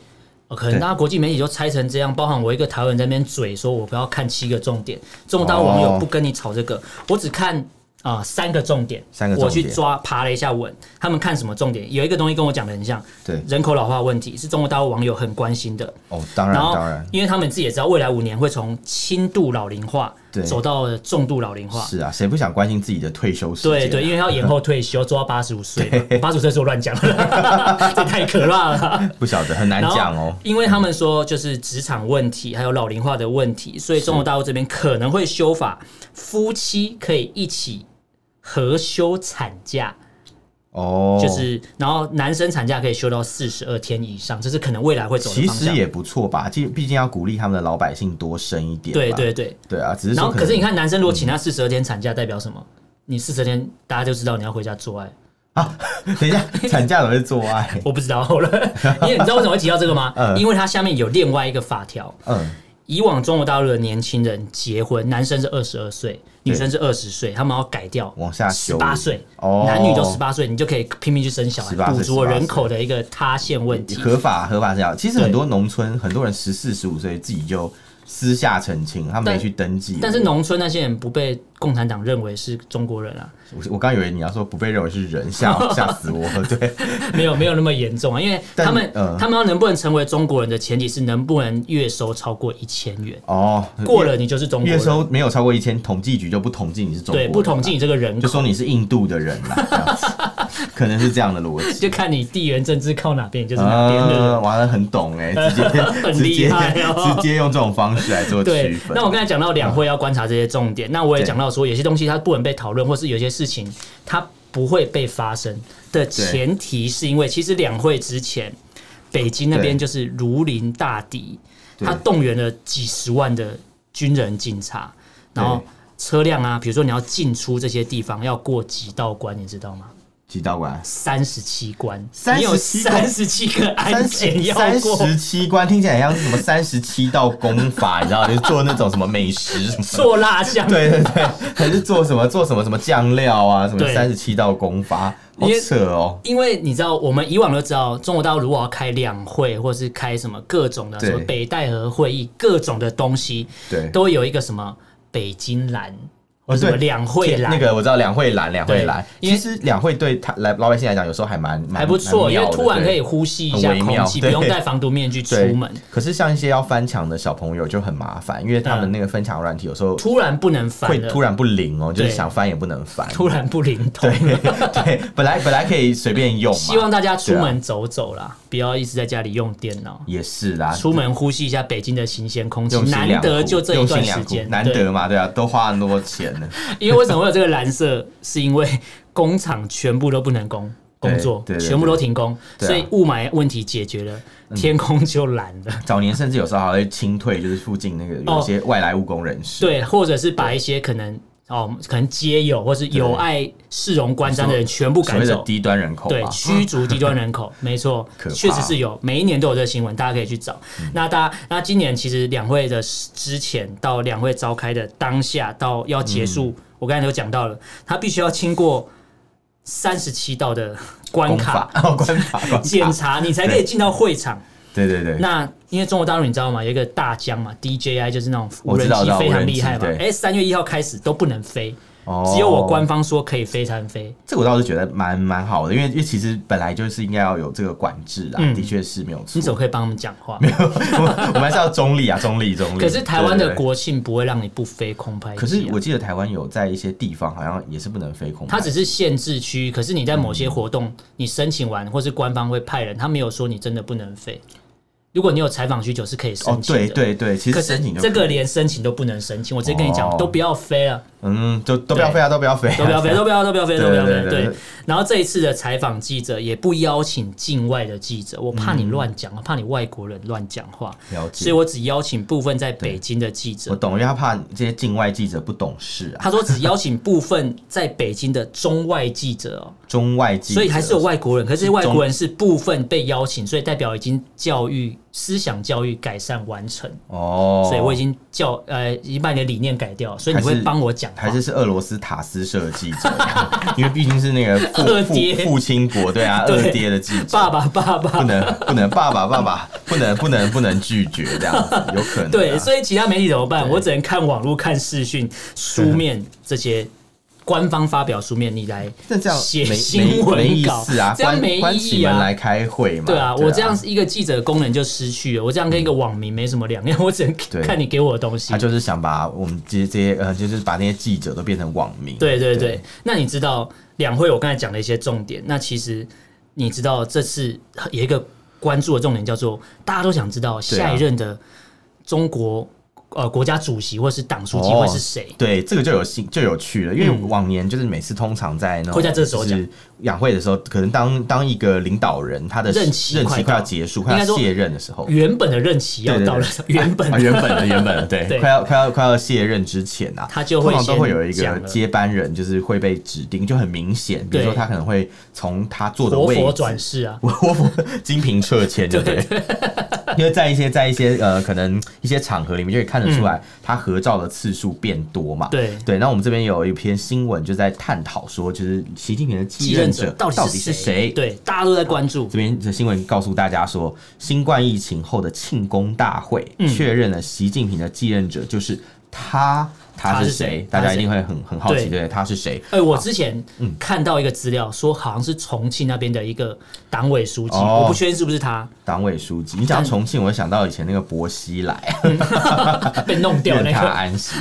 [SPEAKER 1] 呃可能
[SPEAKER 2] 嗯对
[SPEAKER 1] 大家国际媒体就拆成这样，包含我一个台湾人在那边嘴说，我不要看七个重点，中国大陆网友
[SPEAKER 2] 哦
[SPEAKER 1] 不跟你吵这个，我只看啊、呃三个重点，
[SPEAKER 2] 三个重点
[SPEAKER 1] 我去抓爬了一下文，他们看什么重点？有一个东西跟我讲的很像，
[SPEAKER 2] 对，
[SPEAKER 1] 人口老化问题是中国大陆网友很关心的，
[SPEAKER 2] 哦，当然
[SPEAKER 1] 然后
[SPEAKER 2] 当然，，
[SPEAKER 1] 因为他们自己也知道未来五年会从轻度老龄化
[SPEAKER 2] 对
[SPEAKER 1] 走到重度老龄化，
[SPEAKER 2] 是啊，谁不想关心自己的退休时间啊？
[SPEAKER 1] 对对，因为要延后退休，做到八十五岁
[SPEAKER 2] (laughs)
[SPEAKER 1] 嘛，八十五岁是我乱讲的， (laughs) 这太可怕了。
[SPEAKER 2] 不晓得很难
[SPEAKER 1] 然后
[SPEAKER 2] 讲哦。
[SPEAKER 1] 因为他们说就是职场问题，还有老龄化的问题，所以中国大陆这边可能会修法，夫妻可以一起合休产假，
[SPEAKER 2] 哦，
[SPEAKER 1] 就是然后男生产假可以休到四十二天以上，这是可能未来会走的
[SPEAKER 2] 其
[SPEAKER 1] 方
[SPEAKER 2] 实
[SPEAKER 1] 向。
[SPEAKER 2] 也不错吧，毕毕竟要鼓励他们的老百姓多生一点吧。
[SPEAKER 1] 对对对，
[SPEAKER 2] 对啊，只是
[SPEAKER 1] 然
[SPEAKER 2] 说
[SPEAKER 1] 后可
[SPEAKER 2] 能嗯
[SPEAKER 1] 是你看，男生如果请他四十二天产假，代表什么？你四十二天，大家就知道你要回家做爱。
[SPEAKER 2] 啊，等一下，
[SPEAKER 1] (laughs)
[SPEAKER 2] 产假怎么会做爱？ (laughs)
[SPEAKER 1] 我不知道好了，因为你知道为什么会提到这个吗？因为它下面有另外一个法条，
[SPEAKER 2] 嗯，
[SPEAKER 1] 以往中国大陆的年轻人结婚，男生是二十二岁，女
[SPEAKER 2] 对
[SPEAKER 1] 生是二十岁，他们要改掉
[SPEAKER 2] 往下
[SPEAKER 1] 十
[SPEAKER 2] 修
[SPEAKER 1] 八岁，
[SPEAKER 2] 哦
[SPEAKER 1] 男女都十八岁，你就可以拼命去生小孩，
[SPEAKER 2] 18岁
[SPEAKER 1] 补足了
[SPEAKER 2] 18岁
[SPEAKER 1] 人口的一个塌陷问题。
[SPEAKER 2] 合法啊合法这样。其实
[SPEAKER 1] 对
[SPEAKER 2] 很多农村很多人十四十五岁自己就私下成亲，他
[SPEAKER 1] 但
[SPEAKER 2] 没去登记。
[SPEAKER 1] 但是农村那些人不被共产党认为是中国人啊， (laughs)
[SPEAKER 2] 我我刚以为你要说不被认为是人，吓吓死我。对，
[SPEAKER 1] 没有没有那么严重啊，因为
[SPEAKER 2] 但
[SPEAKER 1] 他们、
[SPEAKER 2] 呃
[SPEAKER 1] 他们要能不能成为中国人的前提是能不能月收超过一千元，
[SPEAKER 2] 哦，
[SPEAKER 1] (laughs) 过了你就是中国
[SPEAKER 2] 月
[SPEAKER 1] 人，
[SPEAKER 2] 收没有超过一千，统计局就不统计你是中国
[SPEAKER 1] 对，
[SPEAKER 2] 人啦，
[SPEAKER 1] 不统计你这个人
[SPEAKER 2] 就
[SPEAKER 1] 口，
[SPEAKER 2] 说你是印度的人啦，
[SPEAKER 1] (laughs)
[SPEAKER 2] 这样子可能是这样的逻辑。
[SPEAKER 1] 就看你地缘政治靠哪边，你就是哪边的人。
[SPEAKER 2] 啊完了很懂
[SPEAKER 1] (laughs)
[SPEAKER 2] 哎、直接
[SPEAKER 1] 很
[SPEAKER 2] 直
[SPEAKER 1] 厉
[SPEAKER 2] 接
[SPEAKER 1] 害哦
[SPEAKER 2] (laughs) 直接用这种方式来做区
[SPEAKER 1] 对，
[SPEAKER 2] 分。
[SPEAKER 1] 那我刚才讲到两会要观察这些重点，那我也
[SPEAKER 2] 对
[SPEAKER 1] 讲到说，有些东西它不能被讨论，或是有些事情它不会被发生的前提，是因为其实两会之前，北京那边
[SPEAKER 2] 对
[SPEAKER 1] 就是如临大敌，
[SPEAKER 2] 对
[SPEAKER 1] 他动员了几十万的军人、警察，然后
[SPEAKER 2] 对
[SPEAKER 1] 车辆啊，比如说你要进出这些地方要过几道关，你知道吗？
[SPEAKER 2] 几道关？
[SPEAKER 1] 三十七关，
[SPEAKER 2] 37
[SPEAKER 1] 你有
[SPEAKER 2] 关
[SPEAKER 1] 三十七个安
[SPEAKER 2] 三
[SPEAKER 1] 检
[SPEAKER 2] 十
[SPEAKER 1] 哎要
[SPEAKER 2] 三
[SPEAKER 1] 过。
[SPEAKER 2] 十七关听起来像是什么三十七道功法， (laughs) 你知道，就是做那种什么美食什么的。
[SPEAKER 1] 做蜡像，
[SPEAKER 2] 对对对，还是做什么做什么什么酱料啊，什么
[SPEAKER 1] 对
[SPEAKER 2] 三十七道功法，好
[SPEAKER 1] 因为
[SPEAKER 2] 扯哦。
[SPEAKER 1] 因为你知道，我们以往都知道，中国大陆如果要开两会，或是开什么各种的
[SPEAKER 2] 对
[SPEAKER 1] 什么北戴河会议，各种的东西，
[SPEAKER 2] 对，
[SPEAKER 1] 都会有一个什么北京蓝，或者什么
[SPEAKER 2] 哦对
[SPEAKER 1] 两会蓝，
[SPEAKER 2] 那个我知道两会蓝，两会蓝。
[SPEAKER 1] 对因
[SPEAKER 2] 其
[SPEAKER 1] 为
[SPEAKER 2] 实两会对他来老百姓来讲，有时候还蛮蛮
[SPEAKER 1] 还不错，
[SPEAKER 2] 蛮
[SPEAKER 1] 因
[SPEAKER 2] 妙
[SPEAKER 1] 为
[SPEAKER 2] 的
[SPEAKER 1] 突然可以
[SPEAKER 2] 对
[SPEAKER 1] 呼吸一下
[SPEAKER 2] 很微
[SPEAKER 1] 空
[SPEAKER 2] 妙
[SPEAKER 1] 气，不
[SPEAKER 2] 对
[SPEAKER 1] 用戴防毒面具出
[SPEAKER 2] 对
[SPEAKER 1] 门，
[SPEAKER 2] 可是像一些要翻墙的小朋友就很麻烦，因为他
[SPEAKER 1] 嗯
[SPEAKER 2] 们那个翻墙软体有时候
[SPEAKER 1] 突然不能
[SPEAKER 2] 会
[SPEAKER 1] 翻了，
[SPEAKER 2] 突然不灵哦，就是
[SPEAKER 1] 对
[SPEAKER 2] 想翻也不能翻。
[SPEAKER 1] 突然不灵通。
[SPEAKER 2] 对， (laughs) 本来本来可以随便用嘛，
[SPEAKER 1] 希望大家出
[SPEAKER 2] 对啊
[SPEAKER 1] 门走走啦，不要一直在家里用电脑。
[SPEAKER 2] 也是啦，
[SPEAKER 1] 出门呼吸一下北京的新鲜空气，
[SPEAKER 2] 啊用心
[SPEAKER 1] 难
[SPEAKER 2] 良苦
[SPEAKER 1] 得就这一
[SPEAKER 2] 用心
[SPEAKER 1] 段
[SPEAKER 2] 良
[SPEAKER 1] 时
[SPEAKER 2] 苦
[SPEAKER 1] 间，
[SPEAKER 2] 难
[SPEAKER 1] 对
[SPEAKER 2] 得嘛，对啊，都花了那么多钱呢，
[SPEAKER 1] 因为为什么会有这个蓝色？是因为工厂全部都不能工
[SPEAKER 2] 对
[SPEAKER 1] 工作
[SPEAKER 2] 对，对
[SPEAKER 1] 全部都停工，
[SPEAKER 2] 对啊嗯
[SPEAKER 1] 所以雾霾问题解决了，天空就蓝了。
[SPEAKER 2] 早年甚至有时候还会清退，就是附近那个有
[SPEAKER 1] 哦
[SPEAKER 2] 一些外来务工人士，
[SPEAKER 1] 对，或者是把一些可能哦，可能街友或是有爱市容观瞻的人全部
[SPEAKER 2] 所
[SPEAKER 1] 赶
[SPEAKER 2] 谓的
[SPEAKER 1] 走。
[SPEAKER 2] 低端人口
[SPEAKER 1] 对，
[SPEAKER 2] 嘛，嗯
[SPEAKER 1] 驱逐低端人口，没错
[SPEAKER 2] (laughs) 可，怕嗯
[SPEAKER 1] 确实是有，每一年都有这个新闻，大家可以去找。那大家，那今年其实两会的之前到两会召开的当下到要结束，
[SPEAKER 2] 嗯
[SPEAKER 1] 我刚才有讲到了，他必须要经过三十七道的关
[SPEAKER 2] 官
[SPEAKER 1] 卡
[SPEAKER 2] 法， (laughs) 哦，官
[SPEAKER 1] (laughs)
[SPEAKER 2] 法，官法
[SPEAKER 1] 检查，你才可以进到会场。
[SPEAKER 2] 对对对，
[SPEAKER 1] 那因为中国大陆你知道吗？有一个大疆嘛，DJI 就是那种无
[SPEAKER 2] 我知
[SPEAKER 1] 人
[SPEAKER 2] 道
[SPEAKER 1] 机
[SPEAKER 2] 知道
[SPEAKER 1] 非
[SPEAKER 2] 无
[SPEAKER 1] 常
[SPEAKER 2] 人
[SPEAKER 1] 厉害嘛。
[SPEAKER 2] 机对
[SPEAKER 1] 哎，三月一号开始都不能飞，
[SPEAKER 2] 哦
[SPEAKER 1] 只有我官方说可以飞才能飞。
[SPEAKER 2] 这个我倒是觉得蛮蛮好的，因为因为其实本来就是应该要有这个管制啊，
[SPEAKER 1] 嗯
[SPEAKER 2] 的确是没有错
[SPEAKER 1] 你，怎么可以帮他们讲话？
[SPEAKER 2] 我 (laughs) 我们还是要中立啊，中立中立。
[SPEAKER 1] 可是台湾
[SPEAKER 2] 对
[SPEAKER 1] 的
[SPEAKER 2] 对对
[SPEAKER 1] 国庆不会让你不飞空拍机啊、
[SPEAKER 2] 可是我记得台湾有在一些地方好像也是不能飞空拍，
[SPEAKER 1] 它只是限制区域，可是你在某些活动，
[SPEAKER 2] 嗯
[SPEAKER 1] 你申请完或是官方会派人，他没有说你真的不能飞。如果你有采访需求是可以申
[SPEAKER 2] 哦，
[SPEAKER 1] 请的，
[SPEAKER 2] 对对对，其
[SPEAKER 1] 可
[SPEAKER 2] 实
[SPEAKER 1] 是
[SPEAKER 2] 申请就
[SPEAKER 1] 这
[SPEAKER 2] 可
[SPEAKER 1] 个
[SPEAKER 2] 以
[SPEAKER 1] 连申请都不能申请，我直接跟你讲，
[SPEAKER 2] 哦
[SPEAKER 1] 都不要飞了，
[SPEAKER 2] 嗯，就都不要
[SPEAKER 1] 对
[SPEAKER 2] 飞啊，都不要飞
[SPEAKER 1] (laughs)
[SPEAKER 2] 啊，
[SPEAKER 1] 都不要飞，都不要，都不要飞，
[SPEAKER 2] 对
[SPEAKER 1] 都不要
[SPEAKER 2] 对
[SPEAKER 1] 飞。
[SPEAKER 2] 对对
[SPEAKER 1] 对
[SPEAKER 2] 对，
[SPEAKER 1] 然后这一次的采访记者也不邀请境外的记者，我怕你乱讲，我怕你外国人乱讲话，
[SPEAKER 2] 嗯了
[SPEAKER 1] 所以
[SPEAKER 2] 解。
[SPEAKER 1] 我只邀请部分在北京的记者
[SPEAKER 2] (laughs) 我。懂，因为他怕这些境外记者不懂事啊，
[SPEAKER 1] 他说只邀请部分在北京的中外记者哦，
[SPEAKER 2] 中外记者，
[SPEAKER 1] 所以还是有外国人，可是
[SPEAKER 2] 中
[SPEAKER 1] 外国人是部分被邀请，所以代表已经教育思想教育改善完成，
[SPEAKER 2] 哦，
[SPEAKER 1] 所以我已经教呃已经把你的理念改掉，所以你
[SPEAKER 2] 还
[SPEAKER 1] 会
[SPEAKER 2] 是
[SPEAKER 1] 帮我讲话
[SPEAKER 2] 还。是是俄罗斯塔斯社的记者，
[SPEAKER 1] (laughs)
[SPEAKER 2] 因为毕竟是那个
[SPEAKER 1] 二
[SPEAKER 2] 父
[SPEAKER 1] 爹
[SPEAKER 2] 父父亲国对啊，
[SPEAKER 1] 对
[SPEAKER 2] 二爹的记者，
[SPEAKER 1] 爸爸，爸
[SPEAKER 2] 不 (laughs)
[SPEAKER 1] 爸，
[SPEAKER 2] 能不能爸爸爸爸不能不能不能拒绝这样子，有可能啊
[SPEAKER 1] 对，所以其他媒体怎么办？我只能看网络、看视讯、书面这些官方发表书面，你来
[SPEAKER 2] 那这样
[SPEAKER 1] 写
[SPEAKER 2] 没
[SPEAKER 1] 新
[SPEAKER 2] 没没
[SPEAKER 1] 闻
[SPEAKER 2] 意
[SPEAKER 1] 稿
[SPEAKER 2] 思啊，，
[SPEAKER 1] 这样
[SPEAKER 2] 关
[SPEAKER 1] 没
[SPEAKER 2] 关
[SPEAKER 1] 意义
[SPEAKER 2] 起门
[SPEAKER 1] 啊。
[SPEAKER 2] 来开会嘛。
[SPEAKER 1] 对啊，我这样一个记者的功能就失去了，我这样跟一个网民没什么两样，
[SPEAKER 2] (laughs)
[SPEAKER 1] 我只能
[SPEAKER 2] 对
[SPEAKER 1] 看你给我的东西
[SPEAKER 2] 他。就是想把我们这些这些呃，就是把那些记者都变成网民。
[SPEAKER 1] 对对对，
[SPEAKER 2] 对
[SPEAKER 1] 那你知道两会我刚才讲的一些重点，那其实你知道这次有一个关注的重点叫做大家都想知道
[SPEAKER 2] 对啊
[SPEAKER 1] 下一任的中国、呃国家主席或是党书记
[SPEAKER 2] 哦
[SPEAKER 1] 会是谁？
[SPEAKER 2] 对，这个就有兴就有趣了，因为往年就是每次通常在那种
[SPEAKER 1] 嗯会在这时候
[SPEAKER 2] 就是养会的时候，可能当当一个领导人他的
[SPEAKER 1] 任期
[SPEAKER 2] 任
[SPEAKER 1] 快
[SPEAKER 2] 期
[SPEAKER 1] 到
[SPEAKER 2] 快要结束，快
[SPEAKER 1] 应该
[SPEAKER 2] 要
[SPEAKER 1] 说
[SPEAKER 2] 卸任的时候，
[SPEAKER 1] 原本的任期要
[SPEAKER 2] 对对
[SPEAKER 1] 到了，
[SPEAKER 2] 哦对
[SPEAKER 1] 原本、
[SPEAKER 2] 啊原本的原本的，
[SPEAKER 1] (laughs)
[SPEAKER 2] 对，
[SPEAKER 1] 对
[SPEAKER 2] 快要快要快要卸任之前啊，
[SPEAKER 1] 他就会
[SPEAKER 2] 通常都
[SPEAKER 1] 先
[SPEAKER 2] 会有一
[SPEAKER 1] 讲
[SPEAKER 2] 个
[SPEAKER 1] 了
[SPEAKER 2] 接班人，就是会被指定，就很明显，比
[SPEAKER 1] 对
[SPEAKER 2] 如说他可能会从他坐的
[SPEAKER 1] 活
[SPEAKER 2] 位
[SPEAKER 1] 佛
[SPEAKER 2] 置
[SPEAKER 1] 转世啊，
[SPEAKER 2] 我我金瓶撤签，对不对？因为在一些在一些呃，可能一些场合里面就可以看得出来，他合照的次数变多嘛。
[SPEAKER 1] 对
[SPEAKER 2] 对，那我们这边有一篇新闻就在探讨说，就是习近平的继
[SPEAKER 1] 继
[SPEAKER 2] 任
[SPEAKER 1] 任
[SPEAKER 2] 者
[SPEAKER 1] 者
[SPEAKER 2] 到
[SPEAKER 1] 到
[SPEAKER 2] 底
[SPEAKER 1] 底
[SPEAKER 2] 是
[SPEAKER 1] 是
[SPEAKER 2] 谁？
[SPEAKER 1] 对，大家都在关注
[SPEAKER 2] 这。边的新闻告诉大家说，新冠疫情后的庆功大会确认了习近平的继任者就是他，他
[SPEAKER 1] 他
[SPEAKER 2] 是
[SPEAKER 1] 是
[SPEAKER 2] 谁
[SPEAKER 1] 谁？
[SPEAKER 2] 大
[SPEAKER 1] 他
[SPEAKER 2] 家
[SPEAKER 1] 是
[SPEAKER 2] 一定会很很好奇，
[SPEAKER 1] 对
[SPEAKER 2] 对他是谁？
[SPEAKER 1] 哎、我之前
[SPEAKER 2] 嗯
[SPEAKER 1] 看到一个资料，说好像是重庆那边的一个党委书记，
[SPEAKER 2] 哦
[SPEAKER 1] 我不确定是不是
[SPEAKER 2] (laughs)
[SPEAKER 1] 他
[SPEAKER 2] 党委书记。你讲到重庆，我就想到以前那个薄熙来，
[SPEAKER 1] 被弄掉
[SPEAKER 2] 愿
[SPEAKER 1] 那
[SPEAKER 2] 他
[SPEAKER 1] 个。
[SPEAKER 2] 安息。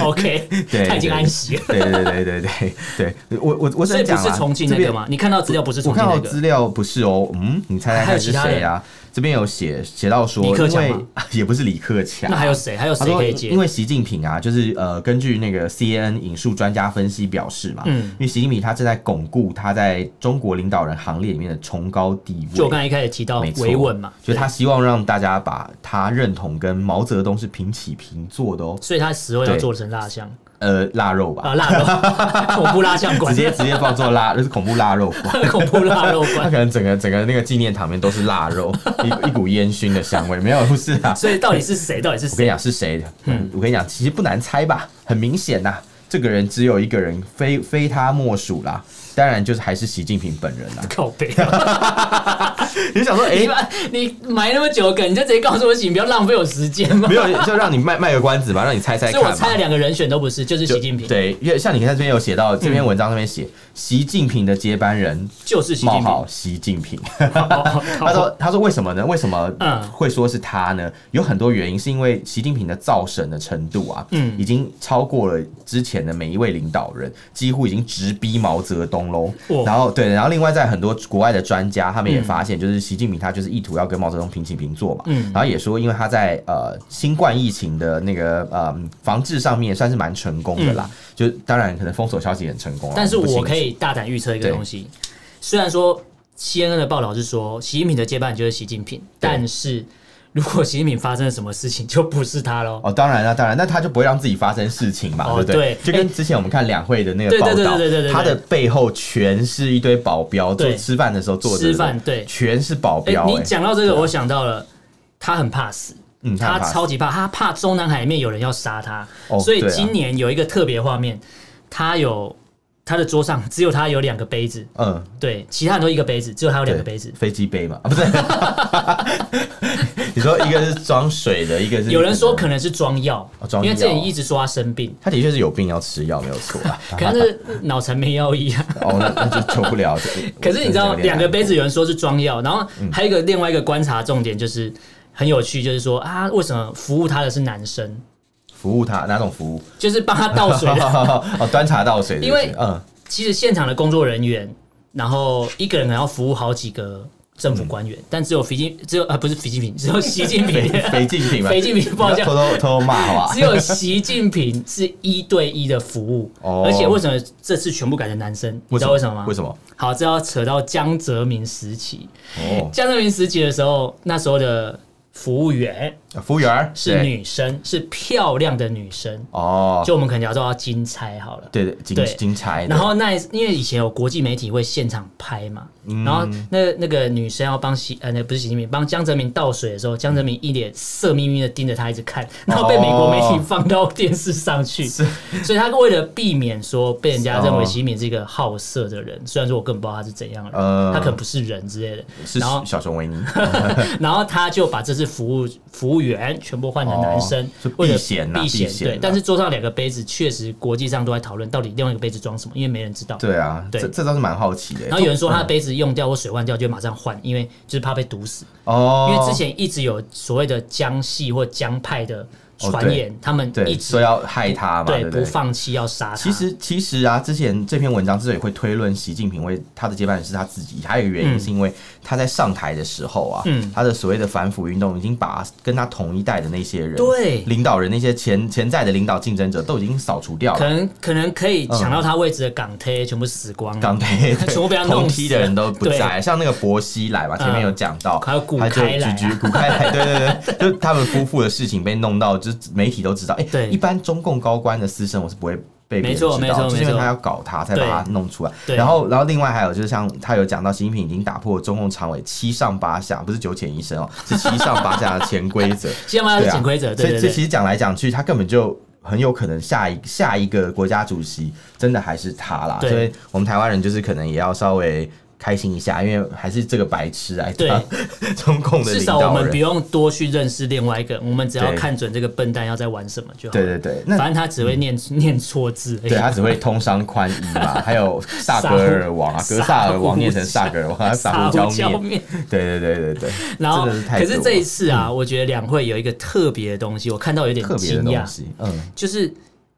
[SPEAKER 1] OK，
[SPEAKER 2] 对，
[SPEAKER 1] 他已经安息了，
[SPEAKER 2] 对对对对对对，对我我我只
[SPEAKER 1] 所以不
[SPEAKER 2] 能讲
[SPEAKER 1] 是
[SPEAKER 2] 啦
[SPEAKER 1] 重庆
[SPEAKER 2] 这
[SPEAKER 1] 那
[SPEAKER 2] 边
[SPEAKER 1] 个吗？你看到资料不是
[SPEAKER 2] 我
[SPEAKER 1] 重庆
[SPEAKER 2] 看到
[SPEAKER 1] 那个
[SPEAKER 2] 资？料不是哦，嗯，你猜猜
[SPEAKER 1] 还有
[SPEAKER 2] 看是
[SPEAKER 1] 其他人
[SPEAKER 2] 谁啊？这边有写写到说，
[SPEAKER 1] 李克
[SPEAKER 2] 因
[SPEAKER 1] 强
[SPEAKER 2] 为
[SPEAKER 1] 吗
[SPEAKER 2] 也不是李克强，
[SPEAKER 1] 那还有谁？还有
[SPEAKER 2] 他
[SPEAKER 1] 谁
[SPEAKER 2] 说
[SPEAKER 1] 可以
[SPEAKER 2] 因，
[SPEAKER 1] 接
[SPEAKER 2] 因？为习近平啊，就是呃，根据那个 C N 引述专家分析表示嘛，
[SPEAKER 1] 嗯
[SPEAKER 2] 因为习近平他正在巩固他在中国领导人行列里面的崇高地
[SPEAKER 1] 就我
[SPEAKER 2] 位。
[SPEAKER 1] 刚才一开始提到
[SPEAKER 2] 没错，
[SPEAKER 1] 维稳嘛，
[SPEAKER 2] 就
[SPEAKER 1] 对
[SPEAKER 2] 他希望让大家把他认同跟毛泽东是平起平坐的哦，
[SPEAKER 1] 所以他死后要
[SPEAKER 2] 对
[SPEAKER 1] 做成蜡像
[SPEAKER 2] 呃，腊肉吧，
[SPEAKER 1] 啊，腊
[SPEAKER 2] (laughs)
[SPEAKER 1] 肉恐怖蜡像
[SPEAKER 2] 直
[SPEAKER 1] 馆，
[SPEAKER 2] 接直接放做腊，就是恐怖腊肉馆。
[SPEAKER 1] 恐怖腊肉
[SPEAKER 2] 他
[SPEAKER 1] 馆。
[SPEAKER 2] 可能整个整个那个纪念堂里面都是
[SPEAKER 1] (laughs)
[SPEAKER 2] 腊肉，一一股烟熏的香味，没有不是啊，
[SPEAKER 1] 所以到底是嗯谁？到底是
[SPEAKER 2] 我跟
[SPEAKER 1] 谁。
[SPEAKER 2] 你？讲是谁的，我跟你讲，其实不难猜吧，很明显呐、这个人只有一个人，非非他莫属啦。当然就是还是习近平本人啦
[SPEAKER 1] 靠背，
[SPEAKER 2] 你想说， (laughs) 哎、
[SPEAKER 1] (laughs) 你把你埋那么久的梗，你就直接告诉我行，不要浪费我时间嘛
[SPEAKER 2] 没。有，就让你卖卖个关子吧，让你猜猜
[SPEAKER 1] 所以我
[SPEAKER 2] 看
[SPEAKER 1] 猜
[SPEAKER 2] 吧
[SPEAKER 1] 了。两个人选都不是，就是
[SPEAKER 2] 就
[SPEAKER 1] 习近平，
[SPEAKER 2] 对，因为像你看这边有写到这篇文章上面写，习近平的接班人
[SPEAKER 1] 就是习
[SPEAKER 2] 冒
[SPEAKER 1] 近平。 (laughs)
[SPEAKER 2] 号习近平。
[SPEAKER 1] 哦
[SPEAKER 2] 他说：“他说为什么呢？为什么
[SPEAKER 1] 嗯
[SPEAKER 2] 会说是他呢？有很多原因，是因为习近平的造神的程度啊，
[SPEAKER 1] 嗯
[SPEAKER 2] 已经超过了之前的每一位领导人，几乎已经直逼毛泽东喽。
[SPEAKER 1] 哇
[SPEAKER 2] 然后对，然后另外在很多国外的专家，他们也发现，就是习近平他就是意图要跟毛泽东平起平坐嘛。
[SPEAKER 1] 嗯
[SPEAKER 2] 然后也说，因为他在呃新冠疫情的那个呃防治上面算是蛮成功的啦，就当然可能封锁消息很成功啊，
[SPEAKER 1] 嗯但是
[SPEAKER 2] 不清
[SPEAKER 1] 我
[SPEAKER 2] 楚
[SPEAKER 1] 可以大胆预测一个
[SPEAKER 2] 对
[SPEAKER 1] 东西，虽然说 CNN 的报道是说习近平的接班人就是习近平，但是如果习近平发生了什么事情，就不是他喽。
[SPEAKER 2] 哦，当然了，当然，那他就不会让自己发生事情嘛，
[SPEAKER 1] 哦
[SPEAKER 2] 对不对？
[SPEAKER 1] 对
[SPEAKER 2] 就跟之前我们看两会的那个
[SPEAKER 1] 对
[SPEAKER 2] 报
[SPEAKER 1] 对对
[SPEAKER 2] 道
[SPEAKER 1] 对对对，对
[SPEAKER 2] 他的背后全是一堆保镖，做
[SPEAKER 1] 对
[SPEAKER 2] 吃饭的时候坐着的，
[SPEAKER 1] 吃饭对
[SPEAKER 2] 全是保
[SPEAKER 1] 哎、
[SPEAKER 2] 镖。
[SPEAKER 1] 你
[SPEAKER 2] 哎
[SPEAKER 1] 讲到这个，我想到了，他很怕死。
[SPEAKER 2] 嗯，
[SPEAKER 1] 他
[SPEAKER 2] 很怕死
[SPEAKER 1] 超级怕，他怕中南海里面有人要杀他，
[SPEAKER 2] 哦
[SPEAKER 1] 所以
[SPEAKER 2] 对啊
[SPEAKER 1] 今年有一个特别画面，他有他的桌上只有他有两个杯子，
[SPEAKER 2] 嗯，
[SPEAKER 1] 对，其他人都一个杯子，只有他有
[SPEAKER 2] 对
[SPEAKER 1] 两个杯子。
[SPEAKER 2] 飞机杯嘛，啊，不是。 (laughs) 你说一个是装水的，一个是
[SPEAKER 1] 有人说可能是嗯装药
[SPEAKER 2] 哦，装
[SPEAKER 1] 因为之
[SPEAKER 2] 药
[SPEAKER 1] 前一直说他生病，
[SPEAKER 2] 他的确是有病要吃药，没有错啊。
[SPEAKER 1] 可是脑残没药医 (laughs) 啊。
[SPEAKER 2] 哦，那那就救不了。这
[SPEAKER 1] (laughs) 可是你知道，两个杯嗯子有人说是装药，然后还有一个另外一个观察重点就是很有趣，就是说啊，为什么服务他的是男生？
[SPEAKER 2] 服务他哪种服务？
[SPEAKER 1] 就是帮他倒 (laughs) 水的。
[SPEAKER 2] (laughs) 哦，端茶倒水是不是。
[SPEAKER 1] 因为
[SPEAKER 2] 嗯，
[SPEAKER 1] 其实现场的工作人员，然后一个人可能要服务好几个政府官员，但只有习近，只有啊不是习近 (laughs) 平，只嗯有习近平
[SPEAKER 2] 肥，肥近平嘛，
[SPEAKER 1] 习近平抱
[SPEAKER 2] 你
[SPEAKER 1] 歉
[SPEAKER 2] 要偷。偷偷偷骂好吧
[SPEAKER 1] 只。有习近平是一对一的服务，
[SPEAKER 2] 哦
[SPEAKER 1] 而且为什么这次全部改成男生？你知道为什么吗？
[SPEAKER 2] 为什么？
[SPEAKER 1] 好，这要扯到江泽民时期。
[SPEAKER 2] 哦，
[SPEAKER 1] 江泽民时期的时候，那时候的服务员
[SPEAKER 2] 哦服务员儿
[SPEAKER 1] 是
[SPEAKER 2] 对
[SPEAKER 1] 女生，是漂亮的女生。
[SPEAKER 2] 哦，
[SPEAKER 1] 就我们可能聊到金钗好了。
[SPEAKER 2] 对对，金
[SPEAKER 1] 对
[SPEAKER 2] 金钗的，
[SPEAKER 1] 然后那一因为以前有国际媒体会现场拍嘛，
[SPEAKER 2] 嗯
[SPEAKER 1] 然后那那个女生要帮习呃那不是习近平帮江泽民倒水的时候，江泽民一脸色眯眯的盯着她一直看，然后被美国媒
[SPEAKER 2] 哦
[SPEAKER 1] 体放到电视上去，所以他为了避免说被人家认
[SPEAKER 2] 哦
[SPEAKER 1] 为习近平是一个好色的人，虽然说我根本不知道他是怎样的人，
[SPEAKER 2] 呃
[SPEAKER 1] 他可能不是人之类的，
[SPEAKER 2] 是
[SPEAKER 1] 然后
[SPEAKER 2] 小
[SPEAKER 1] (laughs)
[SPEAKER 2] 熊维尼，
[SPEAKER 1] 然后他就把这次服务服务员全部换成男
[SPEAKER 2] 哦
[SPEAKER 1] 生
[SPEAKER 2] 是，
[SPEAKER 1] 为了
[SPEAKER 2] 避嫌呐
[SPEAKER 1] 避
[SPEAKER 2] 避
[SPEAKER 1] 嫌
[SPEAKER 2] 嫌呐
[SPEAKER 1] 对。但是桌上两个杯子确实国际上都在讨论到底另外一个杯子装什么，因为没人知道。
[SPEAKER 2] 对啊，
[SPEAKER 1] 对
[SPEAKER 2] 这这倒是蛮好奇的。
[SPEAKER 1] 然后有人说
[SPEAKER 2] 嗯
[SPEAKER 1] 他的杯子用掉或水换掉就马上换，因为就是怕被毒死。
[SPEAKER 2] 哦，
[SPEAKER 1] 因为之前一直有所谓的江系或江派的传言，他们一
[SPEAKER 2] 哦对说
[SPEAKER 1] 直
[SPEAKER 2] 要害他嘛，对不
[SPEAKER 1] 不
[SPEAKER 2] 对？
[SPEAKER 1] 放弃要杀他。
[SPEAKER 2] 其实其实啊，之前这篇文章之所以会推论习近平为他的接班人是他自己，还有一个原因是因为他在上台的时候啊，
[SPEAKER 1] 嗯
[SPEAKER 2] 他的所谓的反腐运动已经把跟他同一代的那些人，
[SPEAKER 1] 对
[SPEAKER 2] 领导人那些潜潜在的领导竞争者都已经扫除掉
[SPEAKER 1] 可
[SPEAKER 2] 了。
[SPEAKER 1] 能可能可以抢到他位置的港铁全部死光了，
[SPEAKER 2] 嗯港
[SPEAKER 1] (laughs)
[SPEAKER 2] 台
[SPEAKER 1] 全部被他弄死
[SPEAKER 2] 同梯的人都不
[SPEAKER 1] 对
[SPEAKER 2] 在，像那个薄熙来嘛，前面有讲到，
[SPEAKER 1] 还有古
[SPEAKER 2] 他就
[SPEAKER 1] 开来啊
[SPEAKER 2] 举举古开来，对
[SPEAKER 1] (laughs)
[SPEAKER 2] 对对，就他们夫妇的事情被弄到，就是媒体都知道。哎、
[SPEAKER 1] 对
[SPEAKER 2] 一般中共高官的私生活是不会被别人
[SPEAKER 1] 没
[SPEAKER 2] 知道，
[SPEAKER 1] 错没错
[SPEAKER 2] 就是因
[SPEAKER 1] 没
[SPEAKER 2] 为
[SPEAKER 1] 错
[SPEAKER 2] 他要搞他才把他弄出来。
[SPEAKER 1] 对
[SPEAKER 2] 然后，然后另外还有就是像他有讲到，习近平已经打破中共常委七上八下，不是九浅一深哦，是七上八下的潜规则。
[SPEAKER 1] 希望他
[SPEAKER 2] 对
[SPEAKER 1] 是
[SPEAKER 2] 啊
[SPEAKER 1] 潜规则，
[SPEAKER 2] 所
[SPEAKER 1] 对
[SPEAKER 2] 以
[SPEAKER 1] 对
[SPEAKER 2] 这其
[SPEAKER 1] 对，
[SPEAKER 2] 实讲来讲去，他根本就很有可能下一下一个国家主席真的还是他啦。
[SPEAKER 1] 对
[SPEAKER 2] 所以我们台湾人就是可能也要稍微开心一下，因为还是这个白痴来
[SPEAKER 1] 对
[SPEAKER 2] 当 (laughs) 中共的
[SPEAKER 1] 至
[SPEAKER 2] 领
[SPEAKER 1] 少我
[SPEAKER 2] 导
[SPEAKER 1] 们不
[SPEAKER 2] 人。
[SPEAKER 1] 用多去认识另外一个人，我们只要
[SPEAKER 2] 对
[SPEAKER 1] 看准这个笨蛋要在玩什么就好。
[SPEAKER 2] 对对对，那
[SPEAKER 1] 反正他只会念念错字而已。
[SPEAKER 2] 对他只会通商宽衣
[SPEAKER 1] (laughs)
[SPEAKER 2] 嘛，还有萨格尔王啊，格萨尔王念成萨格尔王，还有撒
[SPEAKER 1] 撒
[SPEAKER 2] 胡
[SPEAKER 1] 胡
[SPEAKER 2] 椒
[SPEAKER 1] 椒
[SPEAKER 2] 面。
[SPEAKER 1] 面，
[SPEAKER 2] 对对对对对，
[SPEAKER 1] 然后
[SPEAKER 2] 真的是太
[SPEAKER 1] 可是
[SPEAKER 2] 多
[SPEAKER 1] 这一
[SPEAKER 2] 了嗯
[SPEAKER 1] 次啊，我觉得两会有一个特别的东西，我看到有点
[SPEAKER 2] 特别的
[SPEAKER 1] 惊
[SPEAKER 2] 东
[SPEAKER 1] 讶，
[SPEAKER 2] 西，嗯，
[SPEAKER 1] 就是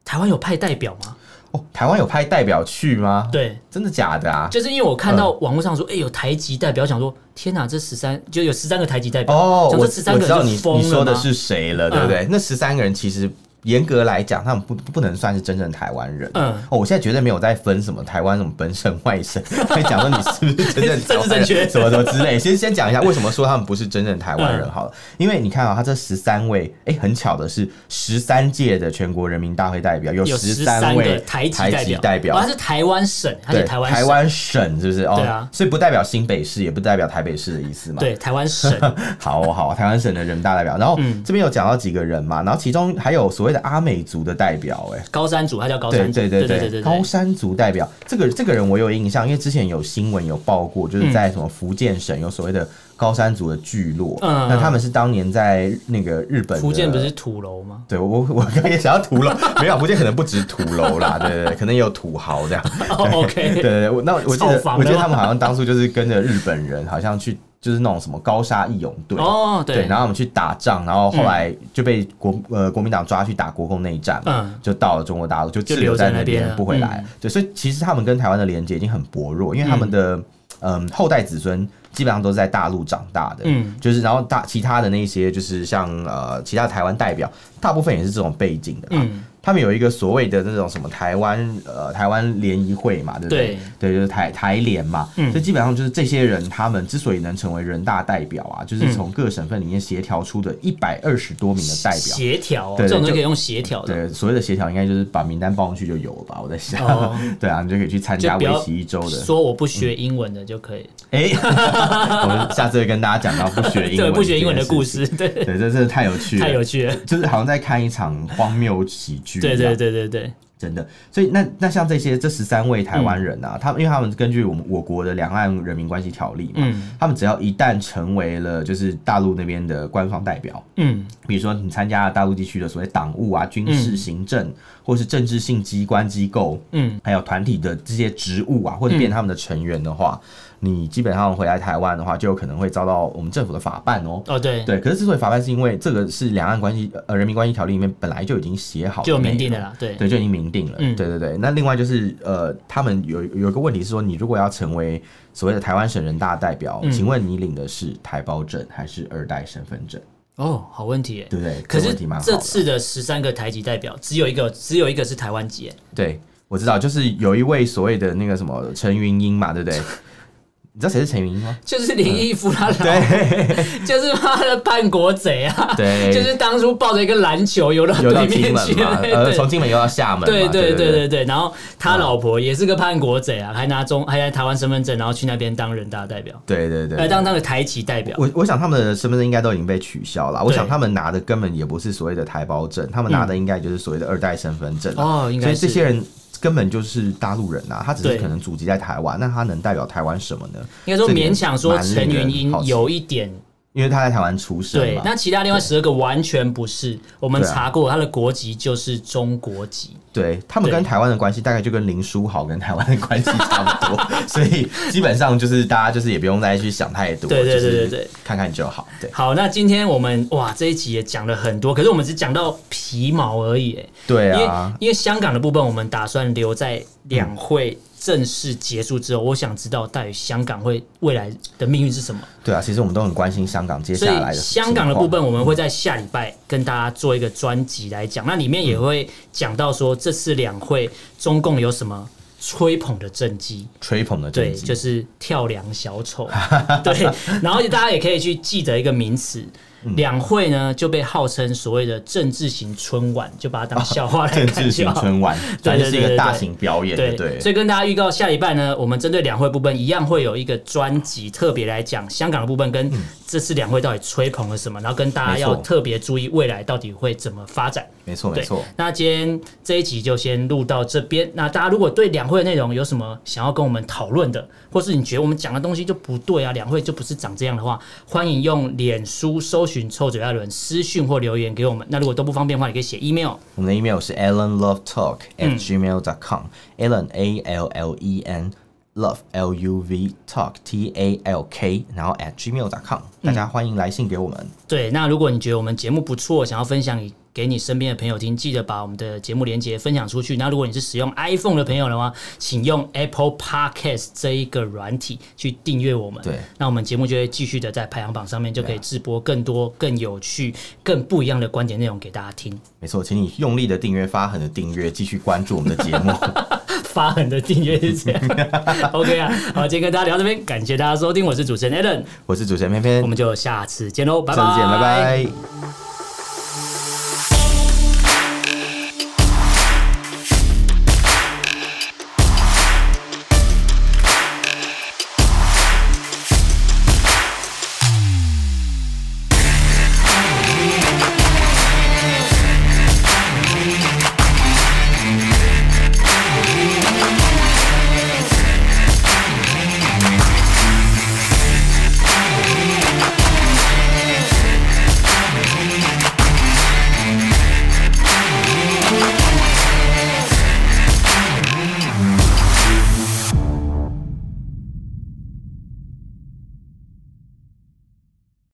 [SPEAKER 1] 台湾有派代表吗？
[SPEAKER 2] 哦，台湾有派代表去吗？，
[SPEAKER 1] 对，
[SPEAKER 2] 真的假的啊？
[SPEAKER 1] 就是因为我看到网络上说，哎、有台籍代表，想说天哪，这十三就有十三个台籍代表，
[SPEAKER 2] 哦，
[SPEAKER 1] 想说
[SPEAKER 2] 我我
[SPEAKER 1] 十三个
[SPEAKER 2] 知道
[SPEAKER 1] 人
[SPEAKER 2] 你
[SPEAKER 1] 啊就疯
[SPEAKER 2] 你
[SPEAKER 1] 了
[SPEAKER 2] 说
[SPEAKER 1] 吗嗯
[SPEAKER 2] 的是谁了，对不对？那十三个人其实严格来讲，他们不不能算是真正台湾人。
[SPEAKER 1] 嗯
[SPEAKER 2] 哦，我现在绝对没有在分什么台湾什么本省外省， (laughs) 在讲说你是不是真正台
[SPEAKER 1] (laughs) 政治
[SPEAKER 2] 湾
[SPEAKER 1] 正
[SPEAKER 2] 人
[SPEAKER 1] 确
[SPEAKER 2] 什么什么之类。先先讲一下为什么说他们不是真正台湾
[SPEAKER 1] 嗯
[SPEAKER 2] 人好了，因为你看啊、他这十三位，哎，很巧的是，十三届的全国人民大会代表有
[SPEAKER 1] 有
[SPEAKER 2] 十
[SPEAKER 1] 三
[SPEAKER 2] 位
[SPEAKER 1] 个台籍
[SPEAKER 2] 台籍代表
[SPEAKER 1] 哦，他是台湾省，他
[SPEAKER 2] 对，
[SPEAKER 1] 是台湾
[SPEAKER 2] 台
[SPEAKER 1] 省
[SPEAKER 2] 湾省是不是？哦，
[SPEAKER 1] 对啊
[SPEAKER 2] 所以不代表新北市，也不代表台北市的意思嘛。
[SPEAKER 1] 对啊台湾省，
[SPEAKER 2] (laughs) 好哦好，台湾省的人大代表，然后
[SPEAKER 1] 嗯
[SPEAKER 2] 这边有讲到几个人嘛，然后其中还有所谓的阿美族的代表、哎。
[SPEAKER 1] 高山族，他叫高
[SPEAKER 2] 对
[SPEAKER 1] 山哦族，
[SPEAKER 2] 对
[SPEAKER 1] 对
[SPEAKER 2] 对
[SPEAKER 1] 对对
[SPEAKER 2] 高山族代表这个这个人我有印象，因为之前有新闻有报过，
[SPEAKER 1] 嗯
[SPEAKER 2] 就是在什么福建省有所谓的高山族的聚落，
[SPEAKER 1] 嗯
[SPEAKER 2] 那他们是当年在那个日本的
[SPEAKER 1] 福建不是土楼吗？
[SPEAKER 2] 对我我刚刚也想要土楼， (laughs) 没有，福建可能不止土楼啦，对对对，可能也有土
[SPEAKER 1] (laughs)
[SPEAKER 2] 豪这样。
[SPEAKER 1] 哦
[SPEAKER 2] 对对
[SPEAKER 1] ，OK，
[SPEAKER 2] 对，我那我记
[SPEAKER 1] 造
[SPEAKER 2] 得
[SPEAKER 1] 访
[SPEAKER 2] 我记得
[SPEAKER 1] 的吗
[SPEAKER 2] 他们好像当初就是跟着日本人，好像去就是那种什么高沙义勇队
[SPEAKER 1] 哦，对，
[SPEAKER 2] 然后我们去打仗，然后后来就被国、呃国民党抓去打国共内战嘛，
[SPEAKER 1] 嗯
[SPEAKER 2] 就到了中国大陆，就
[SPEAKER 1] 就
[SPEAKER 2] 滞
[SPEAKER 1] 留
[SPEAKER 2] 留
[SPEAKER 1] 在
[SPEAKER 2] 在
[SPEAKER 1] 那
[SPEAKER 2] 那
[SPEAKER 1] 边
[SPEAKER 2] 边
[SPEAKER 1] 了
[SPEAKER 2] 不回来。对，所以其实他们跟台湾的连接已经很薄弱，因为他们的嗯、后代子孙基本上都是在大陆长大的，
[SPEAKER 1] 嗯
[SPEAKER 2] 就是然后大其他的那些就是像呃其他台湾代表，大部分也是这种背景的啦。
[SPEAKER 1] 嗯，
[SPEAKER 2] 他们有一个所谓的那种什么台湾呃台湾联谊会嘛，对不对？对，就是台台联嘛，
[SPEAKER 1] 嗯
[SPEAKER 2] 所以基本上就是这些人他们之所以能成为人大代表啊，
[SPEAKER 1] 嗯
[SPEAKER 2] 就是从各省份里面协调出的一百二十多名的代表。
[SPEAKER 1] 协调哦，
[SPEAKER 2] 对
[SPEAKER 1] 这种
[SPEAKER 2] 对
[SPEAKER 1] 东西
[SPEAKER 2] 就
[SPEAKER 1] 可以用协调的，
[SPEAKER 2] 对，所谓的协调应该就是把名单报上去就有了吧？我在想，
[SPEAKER 1] 哦
[SPEAKER 2] (laughs) 对啊，你就可以去参加
[SPEAKER 1] 就不
[SPEAKER 2] 为
[SPEAKER 1] 要
[SPEAKER 2] 期一周的。
[SPEAKER 1] 说我不学英文的就可以，
[SPEAKER 2] 哎，我们下次会跟大家讲到不学
[SPEAKER 1] (laughs)
[SPEAKER 2] 英
[SPEAKER 1] 对，
[SPEAKER 2] 文，
[SPEAKER 1] 不学英文的故。事，对，
[SPEAKER 2] 对，这真的太有趣了，
[SPEAKER 1] 太有趣了，
[SPEAKER 2] 就是好像在看一场荒谬喜剧一样。
[SPEAKER 1] 对对对对对，
[SPEAKER 2] 真的，所以那那像这些这十三位台
[SPEAKER 1] 嗯
[SPEAKER 2] 湾人啊，他们因为他们根据我们我国的两岸人民关系条例嘛，
[SPEAKER 1] 嗯
[SPEAKER 2] 他们只要一旦成为了就是大陆那边的官方代表，
[SPEAKER 1] 嗯，
[SPEAKER 2] 比如说你参加了大陆地区的所谓党务啊、军事行政、或是政治性机关机构，
[SPEAKER 1] 嗯，
[SPEAKER 2] 还有团体的这些职务啊，或者变他们的成员的话，你基本上回来台湾的话，就有可能会遭到我们政府的法办哦。
[SPEAKER 1] 哦对，
[SPEAKER 2] 对，可是之所以法办，是因为这个是两岸关系呃人民关系条例里面本来就已经写好，
[SPEAKER 1] 就有明定的。啦，对，
[SPEAKER 2] 对，就已经明定了。
[SPEAKER 1] 嗯
[SPEAKER 2] 对对对，那另外就是呃，他们有有一个问题是说，你如果要成为所谓的台湾省人大代表，
[SPEAKER 1] 嗯
[SPEAKER 2] 请问你领的是台胞证还是二代身份证？
[SPEAKER 1] 哦，好问题耶，
[SPEAKER 2] 对不对？
[SPEAKER 1] 可
[SPEAKER 2] 这
[SPEAKER 1] 是
[SPEAKER 2] 问题蛮好
[SPEAKER 1] 这
[SPEAKER 2] 的。
[SPEAKER 1] 次的十三个台籍代表，只有一个，只有一个是台湾籍耶，
[SPEAKER 2] 对，我知道，就是有一位所谓的那个什么陈云英嘛，对不对？你知道谁是陈云英
[SPEAKER 1] (laughs)
[SPEAKER 2] 吗？
[SPEAKER 1] 就是林毅夫他老，
[SPEAKER 2] (laughs)
[SPEAKER 1] (laughs)
[SPEAKER 2] 对
[SPEAKER 1] 就是他的叛国贼啊，
[SPEAKER 2] 对，
[SPEAKER 1] 就是当初抱着一个篮球游到
[SPEAKER 2] 游到
[SPEAKER 1] 对
[SPEAKER 2] 金
[SPEAKER 1] 面去
[SPEAKER 2] 门嘛，
[SPEAKER 1] (laughs)
[SPEAKER 2] 呃，从金门游到厦门嘛，
[SPEAKER 1] 对对
[SPEAKER 2] 对
[SPEAKER 1] 对
[SPEAKER 2] 嗯对
[SPEAKER 1] 对对，然后他老婆也是个叛国贼啊，还拿中还拿台湾身份证，然后去那边当人大代表，
[SPEAKER 2] 对对对
[SPEAKER 1] 呃，
[SPEAKER 2] 对。
[SPEAKER 1] 当那个台籍代表，
[SPEAKER 2] 我我想他们的身份证应该都已经被取消了，我
[SPEAKER 1] 对嗯
[SPEAKER 2] 想他们拿的根本也不是所谓的台胞证，他们拿的应该就是所谓的二代身份证啊
[SPEAKER 1] 哦，应
[SPEAKER 2] 所
[SPEAKER 1] 该
[SPEAKER 2] 以这
[SPEAKER 1] 是
[SPEAKER 2] 些人根本就是大陆人啊，他只
[SPEAKER 1] 对
[SPEAKER 2] 是可能祖籍在台湾，那他能代表台湾什么呢？
[SPEAKER 1] 应该说勉强说
[SPEAKER 2] 这
[SPEAKER 1] 陈
[SPEAKER 2] 点蛮令
[SPEAKER 1] 云
[SPEAKER 2] 人
[SPEAKER 1] 英
[SPEAKER 2] 好奇
[SPEAKER 1] 有一点
[SPEAKER 2] 因为他在台湾出生
[SPEAKER 1] 对
[SPEAKER 2] 嘛，。
[SPEAKER 1] 那其他另外十二个完全不是，我们
[SPEAKER 2] 对啊
[SPEAKER 1] 查过他的国籍就是中国籍，
[SPEAKER 2] 对他们
[SPEAKER 1] 对
[SPEAKER 2] 跟台湾的关系大概就跟林书豪跟台湾的关系差
[SPEAKER 1] (laughs)
[SPEAKER 2] 不多，所以基本上就是大家就是也不用再去想太多，
[SPEAKER 1] 对对对对
[SPEAKER 2] 就
[SPEAKER 1] 对
[SPEAKER 2] 是看看就好。对
[SPEAKER 1] 好，那今天我们哇这一集也讲了很多，可是我们只讲到皮毛而已、欸，
[SPEAKER 2] 对
[SPEAKER 1] 因为、
[SPEAKER 2] 啊，
[SPEAKER 1] 因为香港的部分我们打算留在两会正式结束之后，我想知道到底香港会未来的命运是什么，
[SPEAKER 2] 对啊，其实我们都很关心香港接
[SPEAKER 1] 所
[SPEAKER 2] 下来
[SPEAKER 1] 以
[SPEAKER 2] 的
[SPEAKER 1] 香港的
[SPEAKER 2] 情况
[SPEAKER 1] 部分我们会在下礼拜跟大家做一个专辑来讲，那里面也会讲到说这次两会中共有什么吹捧的政绩，
[SPEAKER 2] 吹捧的
[SPEAKER 1] 对，
[SPEAKER 2] 政
[SPEAKER 1] 就
[SPEAKER 2] 绩， (laughs)
[SPEAKER 1] 是跳梁小丑。对，然后大家也可以去记得一个名词，
[SPEAKER 2] 嗯
[SPEAKER 1] 两会呢就被号称所谓的政治型春晚，就把它当笑话来
[SPEAKER 2] (laughs) 政
[SPEAKER 1] 看
[SPEAKER 2] 治
[SPEAKER 1] 就
[SPEAKER 2] 型
[SPEAKER 1] 好。
[SPEAKER 2] 春晚，
[SPEAKER 1] 对对
[SPEAKER 2] 反
[SPEAKER 1] 对
[SPEAKER 2] 正是一
[SPEAKER 1] 对对
[SPEAKER 2] 个大型表演，对
[SPEAKER 1] 对，所以跟大家预告，下礼拜呢，我们针对两会部分一样会有一个专辑，特别来讲香港的部分跟这次两会到底吹捧了什么，然后跟大家
[SPEAKER 2] 嗯没
[SPEAKER 1] 要
[SPEAKER 2] 错
[SPEAKER 1] 特别注意未来到底会怎么发展。
[SPEAKER 2] 没错没
[SPEAKER 1] 对
[SPEAKER 2] 错。，
[SPEAKER 1] 那今天这一集就先录到这边。那大家如果对两会的内容有什么想要跟我们讨论的，或是你觉得我们讲的东西就不对啊，两会就不是长这样的话，欢迎用脸书搜寻“臭嘴艾伦”私讯或留言给我们。那如果都不方便的话，你可以写 email。
[SPEAKER 2] 我们的 email 是 allenlovetalk
[SPEAKER 1] 嗯
[SPEAKER 2] at gmail dot com，allen a l l e n love l u v talk t a l k，然后 at gmail dot com，大
[SPEAKER 1] 嗯
[SPEAKER 2] 家欢迎来信给我们。
[SPEAKER 1] 对，那如果你觉得我们节目不错，想要分享你给你身边的朋友听，记得把我们的节目连接分享出去。那如果你是使用 iPhone 的朋友的话，请用 Apple Podcast 这一个软体去订阅我们。
[SPEAKER 2] 对
[SPEAKER 1] 那我们节目就会继续的在排行榜上面就可以直播更多、更有趣、更不一样的观点内容给大家听。 (laughs)
[SPEAKER 2] 没错，请你用力的订阅，发狠的订阅，继续关注我们的节目。 (laughs)
[SPEAKER 1] 发狠的订阅是这样。OK (laughs) 啊，好，今天跟大家聊到这边，感谢大家收听，我是主持人 Allen，
[SPEAKER 2] 我是主持人偏偏，
[SPEAKER 1] 我们就下次见喽，拜
[SPEAKER 2] 下次见，拜拜。